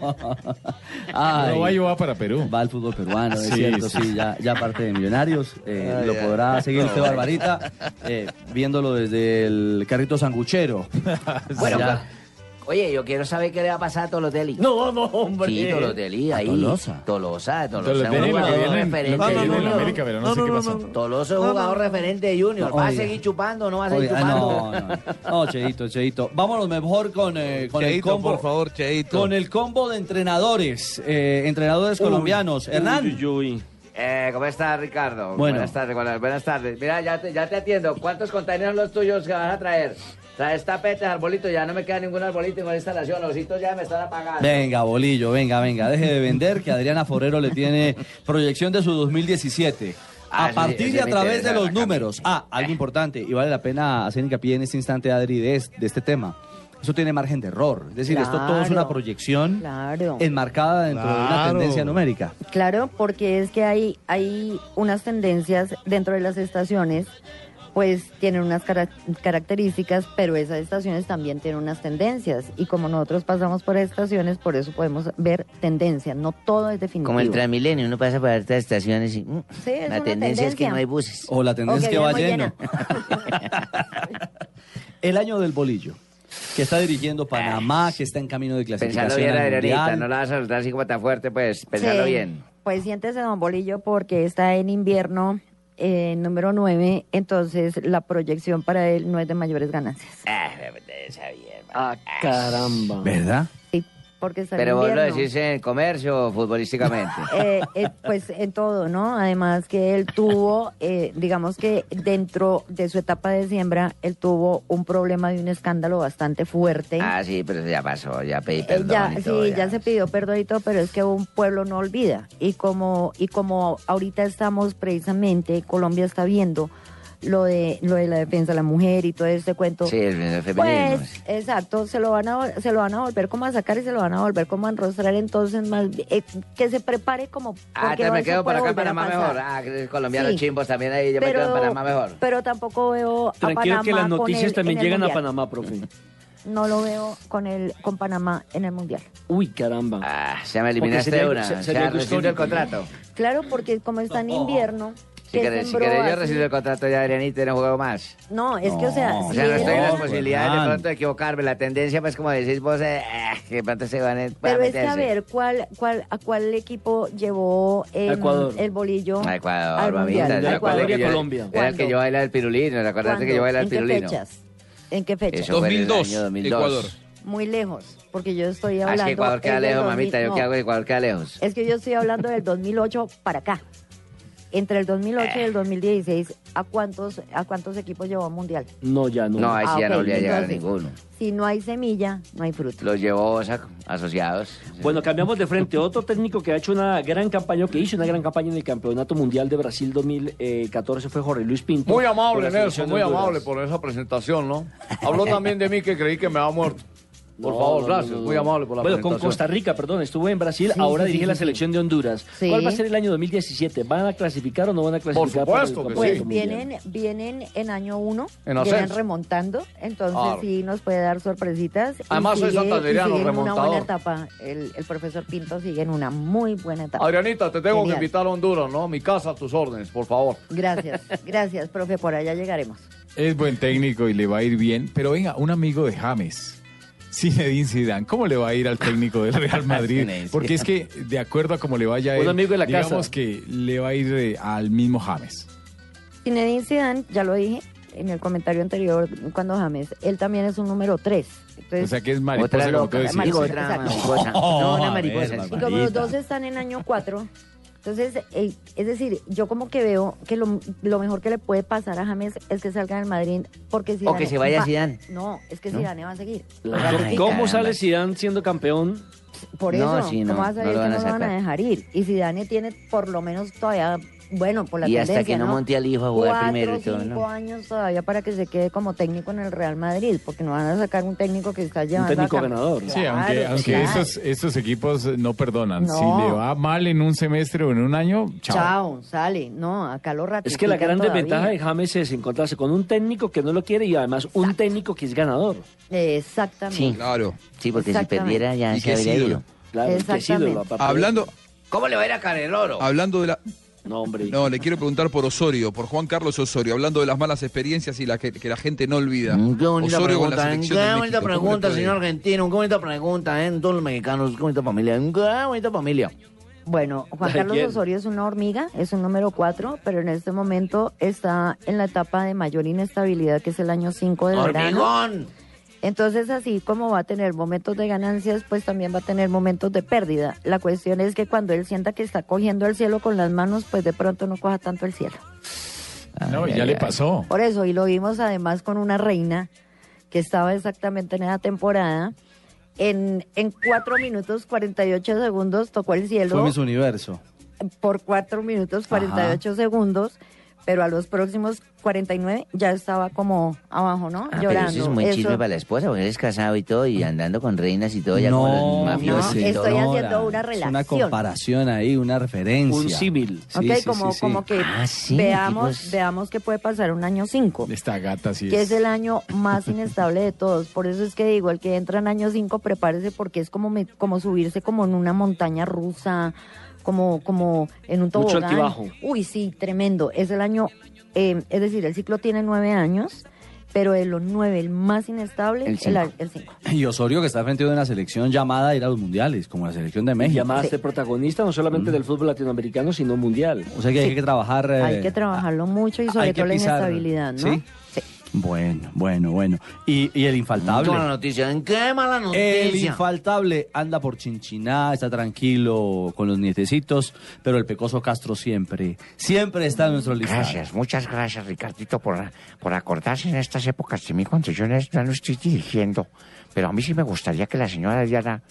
S2: Ay,
S11: Roballo va para Perú.
S2: Va al fútbol peruano, es
S11: Sí,
S2: cierto,
S11: sí.
S2: sí, ya, ya parte de Millonarios. eh,
S11: Ay,
S2: lo
S11: ay.
S2: podrá seguir usted,
S11: No.
S2: Barbarita, eh, viéndolo desde el carrito sanguchero.
S8: Bueno,
S2: Ya.
S8: Oye, yo quiero saber qué le va a pasar a Tolotelli.
S7: No, no, hombre.
S8: Sí, Tolotelli,
S2: A
S8: ahí.
S2: Tolosa.
S8: Tolosa, Tolosa. un
S11: Tolotelli, lo que
S8: jugador
S11: viene- lo
S8: referente
S11: que
S8: de
S11: viene en
S8: Junior.
S11: América, pero no sé qué pasó.
S8: Tolosa es
S15: No,
S8: un
S15: no,
S8: jugador referente de Junior.
S2: No,
S8: ¿Va a
S2: oiga.
S8: seguir chupando o no va a seguir
S2: Oiga,
S8: chupando?
S2: ah, no, no, no, Cheito, Cheito. Vámonos mejor con, eh, con el
S10: Cheito,
S2: combo.
S10: por favor, Cheito.
S2: Con el combo de entrenadores, eh, entrenadores
S8: Uy,
S2: colombianos.
S8: uy,
S2: Hernán.
S8: uy, Eh, ¿Cómo estás, Ricardo?
S2: Bueno.
S8: Buenas tardes, buenas, buenas tardes. Mira, ya te, ya te atiendo. ¿Cuántos contenedores son los tuyos que vas a traer? Traes tapetes, arbolitos, ya no me queda ningún arbolito, ninguna instalación. Los hitos ya me están apagando.
S2: Venga, bolillo, venga, venga. Deje de vender que Adriana Forero le tiene proyección de su 2017.
S8: Ah,
S2: A
S8: sí,
S2: partir
S8: ese
S2: y a
S8: me
S2: través
S8: interesa,
S2: de los
S8: bacán.
S2: números. Ah, algo importante, y vale la pena hacer hincapié en este instante, Adri, de, es- de este tema. Eso tiene margen de error. Es decir, esto todo es una
S9: Claro.
S2: proyección
S9: Claro.
S2: enmarcada dentro de una
S9: Claro.
S2: tendencia numérica.
S9: Claro, porque es que hay, hay unas tendencias dentro de las estaciones, pues tienen unas cara- características, pero esas estaciones también tienen unas tendencias. Y como nosotros pasamos por estaciones, por eso podemos ver tendencias. No todo es definitivo.
S16: Como el Transmilenio, uno pasa por estas estaciones y... mm,
S9: Sí, es
S16: la
S9: una
S16: tendencia, es que
S9: tendencia.
S16: no hay buses.
S2: O la tendencia es
S9: O que
S2: que va
S9: viene muy
S2: lleno. El año del bolillo, que está dirigiendo Panamá, que está en camino de clasificación
S8: Pensarlo bien,
S2: al
S8: Adrianita,
S2: Mundial.
S8: no Eh, la vas a soltar así como tan fuerte, pues, pensarlo
S9: Sí.
S8: bien.
S9: Pues siéntese, don Bolillo, porque está en invierno, eh, número 9, entonces la proyección para él no es de mayores ganancias.
S8: Ah, me sabía, hermano.
S7: Caramba.
S2: ¿Verdad?
S9: Porque está
S8: Ah, Pero
S9: en
S8: vos
S9: invierno.
S8: lo decís en comercio o
S9: (laughs)
S8: futbolísticamente.
S9: Eh, eh, pues en todo, ¿no? Además que él tuvo, eh, digamos que dentro de su etapa de siembra, él tuvo un problema de un escándalo bastante fuerte.
S8: ah, sí, pero eso ya pasó, ya pedí
S9: Eh,
S8: perdón
S9: ya,
S8: y
S9: sí,
S8: todo,
S9: ya. se pidió perdón y todo, pero es que un pueblo no olvida. Y como, y como ahorita estamos precisamente, Colombia está viendo lo de, lo de la defensa de la mujer y todo este cuento.
S8: Sí, el, el feminismo.
S9: Pues, exacto, se lo van a vol- se lo van a volver como a sacar y se lo van a volver como a enrostrar, entonces más bi- eh, que se prepare como
S8: Ah,
S9: porque
S8: te me
S9: eso
S8: quedo
S9: puede
S8: para acá en
S9: volver a
S8: Panamá
S9: pasar.
S8: mejor. Ah, que colombianos
S9: Sí.
S8: chimbos también ahí, yo me quedo en Panamá mejor.
S9: pero tampoco veo a
S7: Tranquilo
S9: Panamá
S7: que las
S9: con él
S7: noticias
S9: en
S7: también
S9: el
S7: llegan a
S9: Mundial.
S7: Panamá, profe.
S9: No lo veo con el con Panamá en el mundial.
S7: Uy, caramba.
S8: Ah, se me eliminaste
S7: Porque sería-
S8: una,
S7: se-
S8: se
S7: sería
S8: ha
S7: algo
S8: rescindido el
S7: histórico.
S8: contrato.
S9: Claro, porque como está en invierno,
S8: Si
S9: que
S8: querés, si
S9: sembró
S8: querés, yo
S9: así- Ah,
S8: recibo el contrato de Adrianita y no juego más.
S9: No, es que o sea,
S8: O
S9: si
S8: sea, no
S9: él-
S8: estoy en las
S9: No,
S8: posibilidades de
S9: Fernando.
S8: pronto de equivocarme. La tendencia, pues, como decís vos, eh, eh, que de pronto se van a
S9: Pero es que
S8: meterse.
S9: a ver, ¿cuál, cuál, ¿a cuál equipo llevó em,
S8: Ecuador.
S9: el bolillo?
S8: A Ecuador,
S9: al
S8: mamita.
S9: Mundial.
S8: ¿te
S9: A
S8: acuerdas
S9: Ecuador.
S8: que yo-
S9: Colombia.
S8: Era el que yo bailaba el pirulino, ¿te acuerdas que yo bailaba el
S9: ¿En qué
S8: pirulino?
S9: fechas? ¿En qué fechas?
S8: Eso fue en el año 2002.
S17: Ecuador.
S9: Muy lejos, porque yo estoy
S8: Ah,
S9: hablando...
S8: es que Ecuador queda
S9: es del
S8: lejos,
S9: 2000,
S8: mamita. ¿Yo
S9: no,
S8: qué hago en Ecuador queda lejos?
S9: Es que yo estoy hablando del 2008 para acá. Entre el 2008 y el
S8: Ah.
S9: 2016, ¿a cuántos, ¿a cuántos equipos llevó al Mundial?
S7: No, ya no.
S8: No, ahí sí
S9: Ah,
S8: ya no
S9: ok,
S8: volví a llegar a
S9: entonces-
S8: ninguno.
S9: Si no hay semilla, no hay fruto.
S8: Los llevó o sea, asociados.
S7: Bueno, cambiamos de frente. Otro técnico que ha hecho una gran campaña, o que hizo una gran campaña en el Campeonato Mundial de Brasil 2014 fue Jorge Luis Pinto.
S14: Muy
S7: con
S14: amable,
S7: la
S14: Nelson,
S7: selección de
S14: muy
S7: Honduras.
S14: amable por esa presentación, ¿no?
S7: (laughs)
S14: Habló también de mí que creí que me había muerto. Por
S7: No,
S14: favor,
S7: no,
S14: gracias,
S7: no, no.
S14: muy amable por la
S7: Bueno, con
S14: presentación.
S7: Costa Rica, perdón, estuvo en Brasil,
S14: Sí,
S7: ahora
S14: sí,
S7: dirige
S14: sí,
S7: la
S14: sí.
S7: selección de Honduras.
S9: Sí.
S7: ¿Cuál va a ser el año 2017? ¿Van a clasificar o no van a clasificar? para el
S14: supuesto que
S7: Campeonato
S9: Pues
S7: Mundial?
S9: vienen, vienen en año uno,
S7: En
S9: vienen
S7: ascenso.
S9: remontando, entonces
S7: Claro.
S9: sí nos puede dar sorpresitas. y
S14: Además, soy
S9: sigue- y
S14: santandereano,
S9: sigue en una buena
S14: remontador.
S9: etapa. El, el profesor Pinto sigue en una muy buena etapa.
S14: Adrianita, te tengo
S9: Genial.
S14: que invitar a Honduras, ¿no? Mi casa a tus órdenes, por favor.
S9: Gracias, gracias, profe, por allá llegaremos.
S11: Es buen técnico y le va a ir bien, pero venga, un amigo de James. Zinedine Zidane, ¿cómo le va a ir al técnico del Real Madrid?
S14: Zinedine
S11: Porque es que, de acuerdo a cómo le vaya a
S7: Un
S11: él,
S7: amigo de la
S11: digamos
S7: casa.
S11: que le va a ir eh, al mismo James.
S9: Zinedine Zidane, ya lo dije en el comentario anterior cuando James, él también es un número tres. Entonces,
S11: O sea que es mariposa,
S8: Otra
S11: como
S8: loca,
S11: tú Oh, decías.
S8: mariposa, otra mariposa. No, una
S11: a ver,
S8: mariposa, sí.
S9: Y como los
S11: Barbarita.
S9: dos están en año cuatro, entonces, eh, es decir, yo como que veo que lo, lo mejor que le puede pasar a James es que salga del Madrid, porque si
S8: que se vaya Zidane.
S9: No, es que
S8: ¿No?
S9: Zidane va a seguir.
S8: Ay,
S7: ¿Cómo
S8: caramba.
S7: sale Zidane siendo campeón?
S9: Por
S8: No,
S9: eso,
S8: sí, no,
S9: ¿cómo va a
S8: no
S9: salir
S8: lo
S9: que
S8: van a
S9: no lo van a
S8: sacar.
S9: dejar ir? Y Zidane tiene por lo menos todavía Bueno, por la
S8: Y hasta
S9: tendencia,
S8: que no monte al hijo a jugar
S9: Cuatro,
S8: primero y todo,
S9: cinco
S8: ¿no?
S9: años todavía para que se quede como técnico en el Real Madrid, porque no van a sacar un técnico que está llevando a cam-
S11: Sí,
S9: Claro,
S11: aunque, aunque
S9: claro.
S11: estos, estos equipos no perdonan.
S9: No.
S11: Si le va mal en un semestre o en un año, chao.
S9: Chao. sale. No, acá lo
S7: Es que la gran
S9: ratifican todavía.
S7: desventaja de James es encontrarse con un técnico que no lo quiere y además un técnico que es ganador.
S9: Exactamente.
S6: claro.
S8: Sí, porque si
S9: Exactamente.
S8: perdiera ya
S6: Y
S8: se
S6: que es
S8: habría
S6: ídolo.
S8: ido.
S7: Claro, que es Exactamente. ídolo, aparte de
S6: Hablando,
S4: ¿Cómo le va a ir a Caneloro?
S6: Hablando de la.
S7: No, hombre.
S6: No, le quiero preguntar por Osorio, por Juan Carlos Osorio, hablando de las malas experiencias y la que, que la gente no olvida.
S4: Mm, Qué bonita
S6: Osorio con la
S4: pregunta, ¿eh?
S6: selección de
S4: qué
S6: México,
S4: bonita
S6: ¿cómo le
S4: pregunta,
S6: puede ir?
S4: señor argentino, qué bonita pregunta, ¿eh? Todos los mexicanos, qué bonita familia, qué bonita familia.
S9: Bueno,
S6: (laughs)
S9: Juan Carlos Osorio es una hormiga, es un número 4, pero en este momento está en la etapa de mayor inestabilidad, que es el año 5 del verano.
S4: ¡Hormigón!
S9: Entonces, así como va a tener momentos de ganancias, pues también va a tener momentos de pérdida. La cuestión es que cuando él sienta que está cogiendo el cielo con las manos, pues de pronto no coja tanto el cielo.
S11: No, ya le pasó.
S9: Por eso, y lo vimos además con una reina que estaba exactamente en esa temporada. En, en 4 minutos 48 segundos tocó el cielo
S2: Fue Miss Universo.
S9: por 4 minutos 48 segundos, pero a los próximos 49 ya estaba como abajo, ¿no?
S8: Ah, pero
S9: Llorando.
S8: eso es muy
S9: Eso- Mm.
S8: chisme para la esposa, porque eres casado y todo, y andando con reinas y todo, ya
S2: No,
S8: como los
S2: no,
S8: mafiosos. y todo.
S9: estoy
S2: señora,
S9: haciendo una
S2: Es una
S9: relación.
S2: comparación ahí, una referencia.
S7: Un símil.
S2: Sí,
S9: ok,
S2: sí, sí,
S9: como,
S2: sí.
S9: como que
S8: Ah,
S9: veamos, veamos que puede pasar un año 5.
S11: Esta gata sí
S9: que es el año más inestable de todos. Por eso es que digo, el que entra en año 5, prepárese porque es como, me- como subirse como en una montaña rusa, como, como en un
S7: Mucho
S9: tobogán.
S7: altibajo.
S9: Uy, sí, tremendo. Es el año, eh, es decir, el ciclo tiene nueve años, pero de los nueve, el más inestable,
S2: El
S9: el
S2: cinco.
S9: a- el cinco.
S2: Y Osorio que está frente a una selección llamada a ir a los mundiales, como la selección de México.
S7: Llamada a ser protagonista no
S8: Mm.
S7: solamente del fútbol latinoamericano, sino mundial.
S2: O sea que hay que trabajar. eh,
S9: Hay que trabajarlo mucho
S2: Ah,
S9: y
S2: hay
S9: sobre
S2: que
S9: todo la
S2: pisar,
S9: inestabilidad, ¿no?
S2: ¿sí? Bueno, bueno, bueno. Y, y el infaltable.
S4: Qué mala noticia, ¿en qué mala
S2: El
S4: noticia?
S2: infaltable anda por Chinchiná, está tranquilo con los nietecitos, pero el pecoso Castro siempre, siempre está en nuestro listado.
S18: Gracias, muchas gracias, Ricardito, por, por acordarse en estas épocas de mí cuando yo no, no lo estoy dirigiendo. Pero a mí sí me gustaría que la señora Diana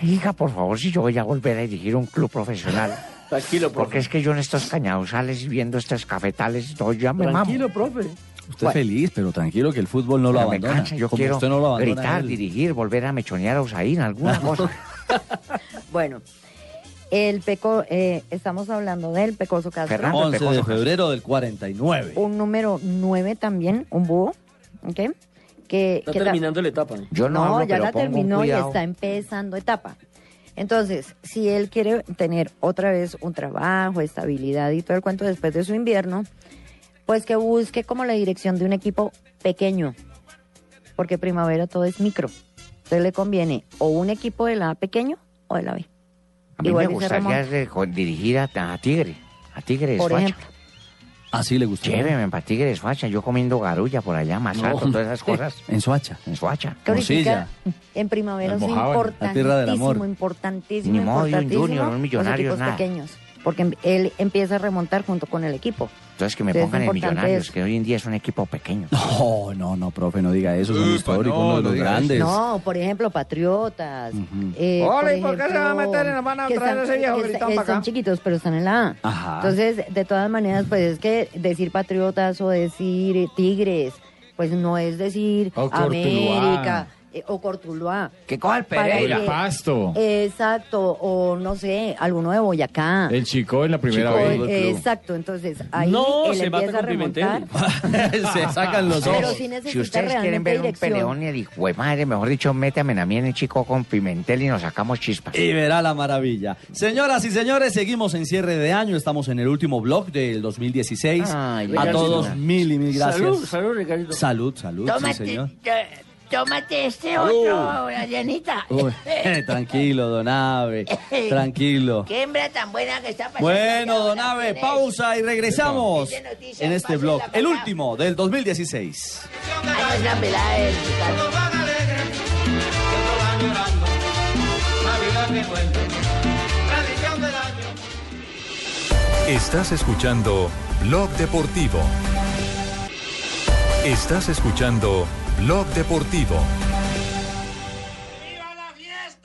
S18: me diga, por favor, si yo voy a volver a dirigir un club profesional.
S2: (laughs)
S7: Tranquilo,
S18: profe. Porque es que yo en estos cañauzales y viendo estos cafetales, no, ya me mamo.
S7: Tranquilo, profe.
S2: Usted feliz, pero tranquilo que el fútbol no lo
S18: Pero me
S2: abandona.
S18: cansa, yo
S2: como
S18: quiero
S2: usted no lo abandona.
S18: gritar,
S2: él.
S18: dirigir, volver a mechonear a Usain,
S2: (laughs)
S18: alguna cosa.
S9: Bueno, el peco, eh, estamos hablando del pecoso Castro.
S2: 11 de febrero del 49.
S9: un número 9 también, un búho, ¿ok? Que,
S7: Está
S9: que ta-
S7: terminando la etapa.
S9: No, ya la terminó y está empezando etapa. Entonces, si él quiere tener otra vez un trabajo, estabilidad y todo el cuento después de su invierno, pues que busque como la dirección de un equipo pequeño, porque primavera todo es micro. Entonces le conviene o un equipo de la A pequeño o de la B.
S18: A mí me
S9: Igual y se
S18: gustaría
S9: remonta.
S18: de- con- dirigir a, a Tigre, a Tigre de
S9: Por
S18: Suacha.
S9: ejemplo.
S2: Así Ah, le gustaría.
S18: Lléveme para Tigre de Suacha, yo comiendo garulla por allá, masato,
S2: No.
S18: todas
S2: (laughs)
S18: esas cosas.
S2: En Suacha.
S18: En Suacha.
S9: Que ahorita en primavera es
S18: Almojábara, la tierra del
S9: importantísimo,
S18: amor.
S9: importantísimo,
S18: Ni modo, un
S9: importantísimo.
S18: junior, un
S9: los
S18: millonario,
S9: equipos
S18: nada.
S9: pequeños, porque él empieza a remontar junto con el equipo.
S18: Entonces que me
S9: Sí, es
S18: pongan en
S9: importante
S18: Millonarios,
S9: eso.
S18: que hoy en día es un equipo pequeño.
S2: No, no, no, profe, no diga eso. Son históricos, uno de los grandes.
S9: No, por ejemplo, Patriotas. eh,
S13: Hola, ¿y por qué se va a meter en
S9: la
S13: la mano
S9: mano
S13: a traer ese viejo gritón pa' acá?
S9: Son chiquitos, pero están en la A.
S2: Ah.
S13: Ajá.
S9: Entonces, de todas maneras, pues es que decir Patriotas o decir eh, Tigres, pues no es decir
S11: O Cortuluá.
S9: América eh, o Cortuluá.
S4: Que coja el
S9: Para eh,
S11: Pereira.
S9: que-
S11: Pasto.
S9: Exacto, o no sé, alguno de Boyacá.
S11: El Chico en la primera
S9: Chico,
S11: vez.
S9: eh, exacto, entonces ahí
S11: No,
S9: él
S11: se mata
S9: empieza a
S11: con
S9: remontar.
S8: (laughs)
S2: Se sacan los
S9: Pero
S2: ojos.
S9: sí necesita
S18: Si ustedes quieren
S9: realmente
S18: ver un
S9: dirección.
S18: peleón y el hijo de madre, mejor dicho, métame a mí en el chico con Pimentel y nos sacamos chispas.
S2: Y verá la maravilla. Señoras y señores, seguimos en cierre de año. Estamos en el último blog del 2016.
S8: Ay,
S2: a
S8: Ricardito.
S2: todos, mil y mil gracias.
S7: Salud, salud, Ricardito.
S2: Salud, salud, sí,
S3: Tómate,
S2: señor.
S3: eh, tómate este
S2: Salud.
S3: otro, Dianita. (laughs)
S2: Uy, (laughs) tranquilo, don Ave. Tranquilo.
S3: (laughs) Qué hembra tan buena que está pasando.
S2: Bueno, don Ave, pausa y regresamos
S3: Dice noticias,
S2: en este blog, el último del 2016.
S3: Ah, no, es la pelada del Ricardo.
S19: Estás escuchando Blog Deportivo. Estás escuchando Blog Deportivo.
S15: ¡Viva!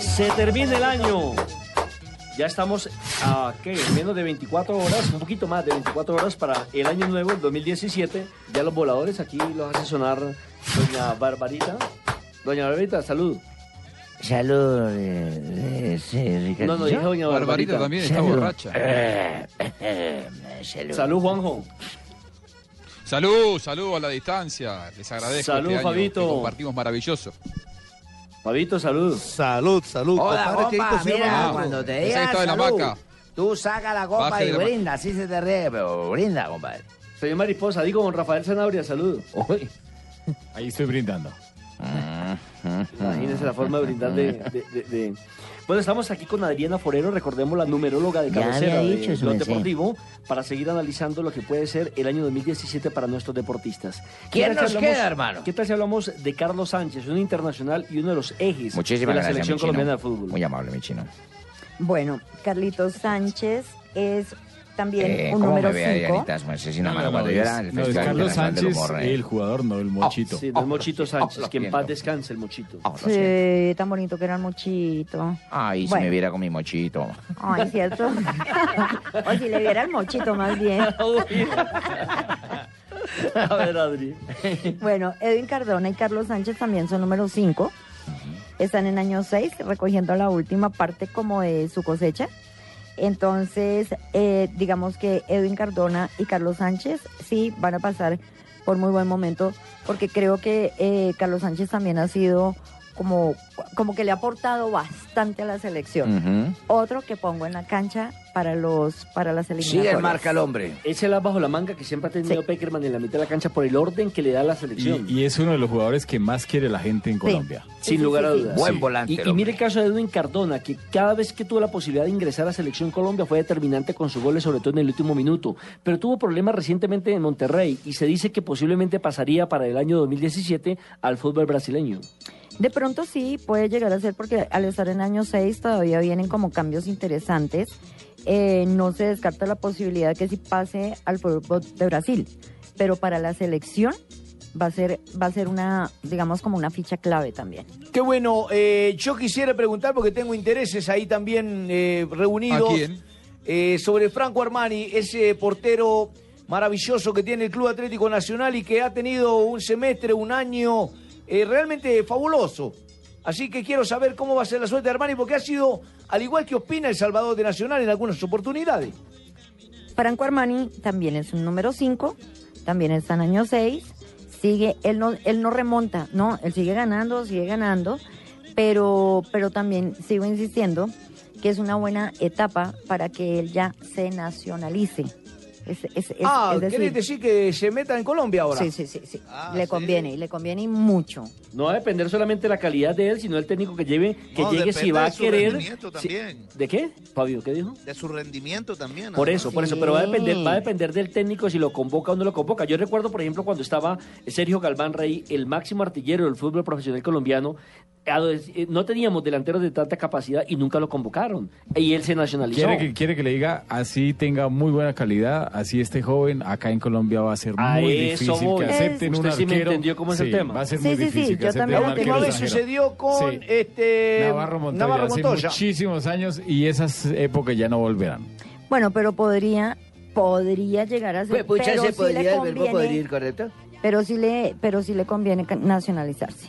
S7: Se termina el año. Ya estamos a ¿qué? menos de 24 horas, un poquito más de 24 horas para el año nuevo, el 2017. Ya los voladores aquí los hace sonar doña Barbarita. Doña Barbarita, salud.
S8: Salud, eh, eh, sí, Ricardo.
S7: No, no, dije doña Barbarita. Barbarita también, está borracha.
S8: Eh, salud.
S7: Salud, Juanjo.
S6: Salud, salud a la distancia. Les agradezco.
S7: Salud,
S6: este año
S7: Fabito.
S6: que compartimos maravilloso.
S7: Fabito, salud.
S10: Salud, salud.
S4: Hola,
S10: compadre,
S4: compa,
S10: Cheito, sírvame
S4: mira,
S10: algo.
S4: cuando te
S10: Ese
S4: diga
S10: está de la
S4: salud, Este
S10: vaca.
S4: tú saca la copa
S7: Baje
S4: y
S7: de la
S4: brinda, así se te ríe, pero brinda, compadre.
S7: Señor Mariposa, digo don Rafael Sanabria, salud.
S11: Ahí estoy brindando.
S7: Imagínense la forma de brindar de, de- de- de- Bueno, estamos aquí con Adriana Forero, recordemos la numeróloga de
S8: Ya había
S7: cabecera
S8: dicho
S7: de
S8: su
S7: Blog
S8: merced.
S7: Deportivo, para seguir analizando lo que puede ser el año 2017 para nuestros deportistas.
S18: ¿Quién
S7: ¿Qué tal
S18: nos
S7: si
S18: queda, hermano?
S7: ¿Qué tal si hablamos de Carlos Sánchez, un internacional y uno de los ejes
S18: Muchísimas
S7: de la
S18: gracias.
S7: selección
S18: mi chino.
S7: colombiana de fútbol?
S18: Muy amable, mi chino.
S9: Bueno, Carlitos Sánchez es también
S18: Eh,
S9: un
S18: ¿Cómo
S9: número
S18: me ve
S9: 5.
S18: Dianita? Es así, una
S11: No,
S18: mano
S11: no,
S18: cuando
S11: es-
S18: yo era el
S11: no, es
S18: Festival
S11: Carlos
S18: Internacional del
S11: Sánchez,
S18: Humor, ¿eh?
S11: el jugador, no el mochito.
S7: Oh,
S11: Oh,
S7: Sí, del Mochito Sánchez,
S18: lo
S7: que en
S18: siento.
S7: paz descanse el Mochito.
S9: Sí, eh, tan bonito que era el mochito.
S11: Ah.
S18: Ay, si
S9: Bueno.
S18: me viera con mi mochito.
S11: (laughs)
S9: Ay, ¿cierto? o si le viera el mochito más bien.
S7: (laughs) A ver, Adri.
S9: Bueno, Edwin Cardona y Carlos Sánchez también son número 5. Están en año 6 recogiendo la última parte como de su cosecha. Entonces, eh, digamos que Edwin Cardona y Carlos Sánchez sí van a pasar por muy buen momento porque creo que eh, Carlos Sánchez también ha sido como, como que le ha aportado bastante a la selección. Otro que pongo en la cancha para los para las eliminatorias.
S7: hombre. Es el as bajo la manga que siempre ha tenido Peckerman en la mitad de la cancha por el orden que le da la selección.
S11: Y, y es uno de los jugadores que más quiere la gente en Colombia.
S7: Sin lugar a dudas.
S11: Sí.
S7: Y, y mire el caso de Edwin Cardona, que cada vez que tuvo la posibilidad de ingresar a Selección Colombia fue determinante con sus goles, sobre todo en el último minuto. Pero tuvo problemas recientemente en Monterrey y se dice que posiblemente pasaría para el año 2017 al fútbol brasileño.
S9: De pronto sí puede llegar a ser porque al estar en año 6 todavía vienen como cambios interesantes. Eh, no se descarta la posibilidad que sí pase al fútbol de Brasil, pero para la selección va a ser va a ser una digamos como una ficha clave también.
S15: Qué bueno, eh, yo quisiera preguntar, porque tengo intereses ahí también eh, reunidos.
S6: ¿A quién?
S15: Eh, sobre Franco Armani, ese portero maravilloso que tiene el Club Atlético Nacional y que ha tenido un semestre, un año eh, realmente fabuloso. Así que quiero saber cómo va a ser la suerte de Armani, porque ha sido, al igual que opina el Salvador de Nacional en algunas oportunidades.
S9: Franco Armani también es un número 5, también está en año 6, sigue, él no, él no remonta, no, él sigue ganando, sigue ganando, pero, pero también sigo insistiendo que es una buena etapa para que él ya se nacionalice. Es, es- es-
S15: ah,
S9: es decir,
S15: ¿querés decir que se meta en Colombia ahora?
S9: Sí, sí, sí, sí. le conviene, y le conviene y mucho.
S7: No va a depender solamente de la calidad de él, sino del técnico que lleve, que
S10: No,
S7: llegue si
S10: depende
S7: va
S10: de
S7: a
S10: su
S7: querer.
S10: rendimiento
S7: si-
S10: también.
S7: ¿De qué? Fabio, ¿qué dijo?
S10: De su rendimiento también.
S7: Por
S10: además.
S7: eso, por eso, pero va a depender, va a depender del técnico si lo convoca o no lo convoca. Yo recuerdo, por ejemplo, cuando estaba Sergio Galván Rey, el máximo artillero del fútbol profesional colombiano, a donde- eh, no teníamos delanteros de tanta capacidad y nunca lo convocaron. Y él se nacionalizó.
S11: Quiere que, quiere que le diga, así tenga muy buena calidad, así este joven, acá en Colombia va a ser
S7: A
S11: muy
S7: eso
S11: difícil
S7: voy.
S11: que acepten
S7: Usted
S11: un
S7: sí me
S11: arquero.
S7: entendió cómo es el
S11: Sí,
S7: tema.
S11: Va a ser
S7: Sí,
S11: muy
S7: sí, sí,
S11: difícil que
S7: yo
S11: acepten
S7: también
S11: un
S7: lo
S11: arquero
S7: tengo.
S15: Una vez
S11: extranjero.
S15: sucedió con
S11: Sí.
S9: eh,
S15: este
S11: Navarro Montoya,
S15: Navarro
S11: hace
S15: Montoya.
S11: muchísimos años y esas épocas ya no volverán.
S9: Bueno, pero podría, podría llegar a ser,
S13: Pues, pucha,
S9: pero
S13: se
S9: sí
S13: podría,
S9: le
S13: el verbo
S9: conviene-
S13: podrir, ¿correcto?
S9: Pero sí le, pero sí le conviene ca- nacionalizarse,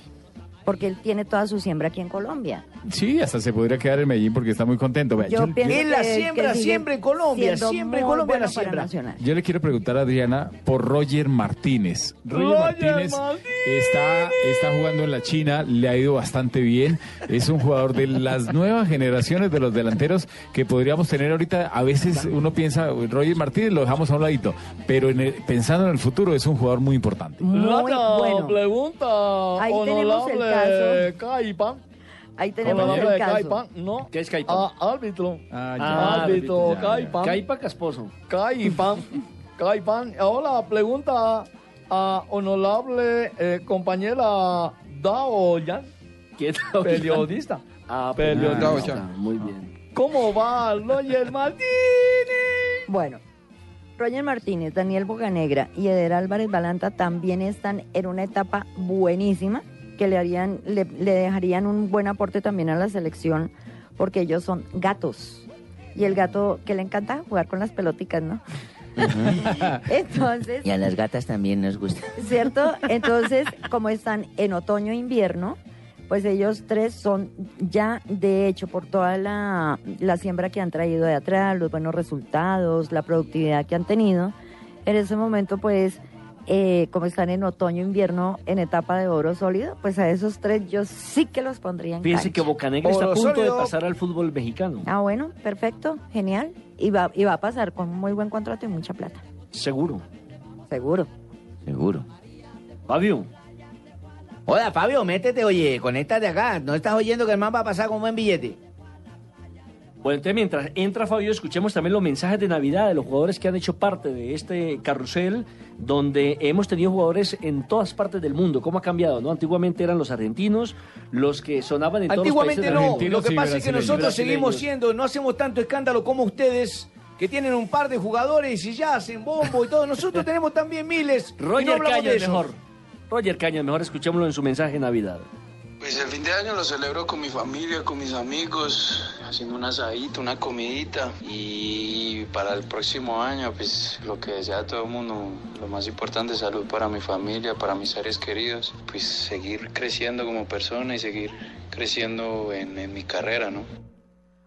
S9: porque él tiene toda su siembra aquí en Colombia.
S11: Sí, hasta se podría quedar en Medellín porque está muy contento. Vea,
S9: Yo
S11: yo-
S9: pienso
S15: Él la
S9: que-
S15: siembra,
S9: que sigue
S15: siembra en Colombia,
S9: siendo
S15: siembra en
S9: muy
S15: Colombia la
S9: bueno para
S15: siembra.
S9: Nacional.
S11: Yo le quiero preguntar a Adriana por Roger Martínez. Roger,
S15: Roger
S11: Martínez, Está, está jugando en la China, le ha ido bastante bien. Es un jugador de las nuevas generaciones de los delanteros que podríamos tener ahorita. A veces uno piensa, Roger Martínez lo dejamos a un ladito, pero en el- pensando en el futuro es un jugador muy
S7: Ah,
S11: importante.
S9: Muy
S14: Plata,
S9: bueno.
S14: pregunta
S9: Ahí tenemos el
S14: honorable Caipa.
S9: Ahí tenemos
S14: Honorable
S9: el caso.
S14: Caipa, no.
S7: ¿Qué es Caipa?
S14: Ah, árbitro.
S7: Ah,
S14: árbitro,
S7: ya, ya.
S14: Caipa.
S7: Caipa Casposo.
S14: Caipan, Caipan. Ahora pregunta a honorable eh, compañera Daoyan,
S7: ¿Qué tal?
S14: periodista.
S7: Ah,
S14: Periodista.
S7: periodista. Muy bien.
S14: ¿Cómo va Roger Martínez?
S9: Bueno, Roger Martínez, Daniel Bocanegra y Eder Álvarez Balanta también están en una etapa buenísima. que le, harían, le, le dejarían un buen aporte también a la selección, porque ellos son gatos. Y el gato que le encanta jugar con las peloticas, ¿no? (laughs)
S4: (laughs)
S9: Entonces,
S8: Y a las gatas también nos gusta.
S9: ¿cierto? Entonces, como están en otoño e invierno, pues ellos tres son ya, de hecho, por toda la, la siembra que han traído de atrás, los buenos resultados, la productividad que han tenido, en ese momento, pues, eh, como están en otoño e invierno en etapa de oro sólido, pues a esos tres yo sí que los pondría en
S7: Fíjense
S9: cancha.
S7: que Bocanegra está a punto de
S9: Orosólido.
S7: pasar al fútbol mexicano.
S9: Ah, bueno, perfecto, genial. Y va, y va a pasar con un muy buen contrato y mucha plata.
S7: Seguro.
S9: Seguro.
S8: Seguro.
S7: Fabio.
S4: Hola, Fabio, métete, oye, conéctate acá. ¿No estás oyendo que el man va a pasar con buen billete?
S7: Bueno, entonces mientras entra Fabio, escuchemos también los mensajes de Navidad de los jugadores que han hecho parte de este carrusel, donde hemos tenido jugadores en todas partes del mundo. ¿Cómo ha cambiado? no? Antiguamente eran los argentinos, los que sonaban en todos los países
S15: Antiguamente
S7: del
S15: no.
S7: mundo.
S15: Lo que pasa es que nosotros seguimos siendo, no hacemos tanto escándalo como ustedes, que tienen un par de jugadores y ya hacen bombo y todo. Nosotros tenemos también miles. y no
S7: Roger
S15: hablamos
S7: Cañas
S15: de eso.
S7: mejor. Roger Cañas mejor, escuchémoslo en su mensaje de Navidad.
S20: Pues el fin de año lo celebro con mi familia, con mis amigos, haciendo un asadito, una comidita. Y para el próximo año, pues lo que desea todo el mundo, lo más importante, salud para mi familia, para mis seres queridos. Pues seguir creciendo como persona y seguir creciendo en, en mi carrera, ¿no?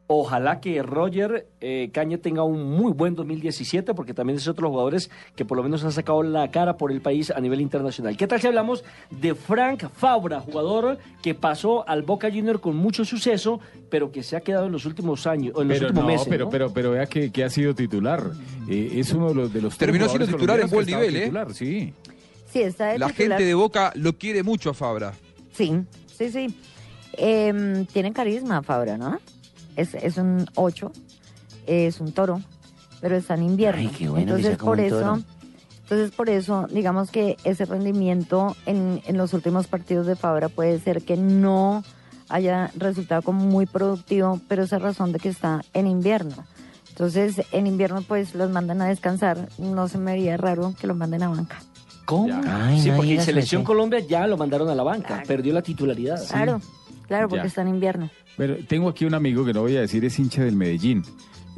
S7: Ojalá que Roger eh, Caña tenga un muy buen 2017, porque también es otro de los jugadores que por lo menos han sacado la cara por el país a nivel internacional. ¿Qué tal si hablamos de Frank Fabra, jugador que pasó al Boca Junior con mucho suceso, pero que se ha quedado en los últimos años, o en los
S11: Pero
S7: últimos
S11: no,
S7: meses?
S11: pero,
S7: ¿no?
S11: pero, pero vea que, que ha sido titular. Eh, es uno de los, de los tres
S6: Terminó siendo
S11: jugadores
S6: titular en buen
S11: colombianos que
S6: nivel, ¿eh?
S11: ha estado titular, sí.
S9: Sí, está de
S6: La
S9: titular.
S6: gente de Boca lo quiere mucho a Fabra.
S9: Sí, sí, sí. Eh, tiene carisma, Fabra, ¿no? Es, es un 8, es un toro, pero está en invierno.
S8: Ay, qué bueno que
S9: entonces,
S8: sea como
S9: por
S8: un
S9: eso,
S8: toro.
S9: entonces, por eso, digamos que ese rendimiento en, en los últimos partidos de Fabra puede ser que no haya resultado como muy productivo, pero esa razón de que está en invierno. Entonces, en invierno, pues los mandan a descansar. No se me haría raro que los manden a banca.
S7: ¿Cómo?
S9: Ay,
S7: sí,
S9: no
S7: porque en
S9: digas
S7: Selección
S9: eso.
S7: Colombia ya lo mandaron a la banca, perdió la titularidad.
S9: Claro, claro, porque
S11: Ya.
S9: está en invierno.
S11: Pero tengo aquí un amigo que no voy a decir, es hincha del Medellín.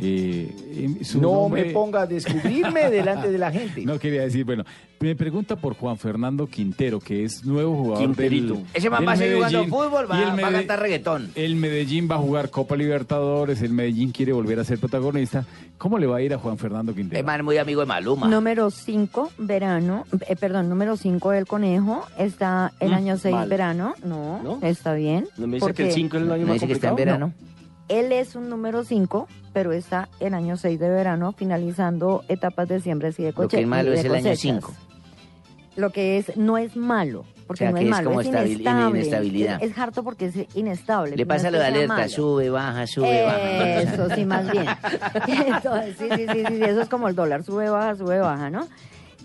S11: Eh, em, su
S15: No
S11: nombre-
S15: me ponga a
S11: (laughs)
S15: descubrirme delante de la gente.
S11: No quería decir, bueno, me pregunta por Juan Fernando Quintero, que es nuevo jugador
S15: Quinterito.
S11: del
S4: Ese man
S11: del
S4: va a seguir jugando
S11: Medellín.
S4: fútbol, va,
S11: Y el
S4: va a
S11: Medellín-
S4: cantar reggaetón.
S11: El Medellín va a jugar Copa Libertadores, el Medellín quiere volver a ser protagonista. ¿Cómo le va a ir a Juan Fernando Quintero?
S4: Es man muy amigo de Maluma.
S9: Número 5, verano. eh, perdón, número 5 del conejo. Está el
S4: Mm,
S9: año 6,
S4: mal.
S9: verano. No, está bien.
S7: No me dice que el
S9: porque
S7: cinco es el año más complicado.
S9: Él es un número 5, pero está en año 6 de verano, finalizando etapas de siembra y de
S8: Lo que
S9: coche.
S8: es malo
S9: y de
S8: es el año
S9: cosechas.
S8: 5.
S9: Lo que es, no es malo, porque
S8: O sea,
S9: no
S8: que
S9: es
S8: es
S9: malo,
S8: como
S9: es
S8: estabil-
S9: inestable.
S8: inestabilidad.
S9: Es, es harto porque es inestable.
S8: Le
S9: no es
S8: pasa
S9: que
S8: lo de
S9: sea
S8: alerta,
S9: malo.
S8: sube, baja, sube, baja.
S9: Eso
S8: (laughs)
S9: sí, más bien. Entonces, sí, sí, sí, sí, sí, eso es como el dólar, sube, baja, sube, baja, ¿no?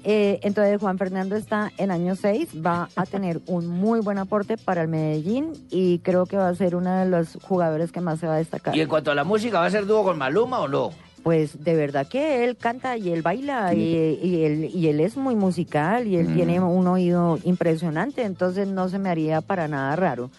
S9: Eh, entonces, Juan Fernando está en año 6, va a tener un muy buen aporte para el Medellín y creo que va a ser uno de los jugadores que más se va a destacar.
S4: Y en cuanto a la música, ¿va a ser dúo con Maluma o no?
S9: Pues de verdad que él canta y él baila y, y él, y él es muy musical y él
S8: Mm.
S9: tiene un oído impresionante, entonces no se me haría para nada raro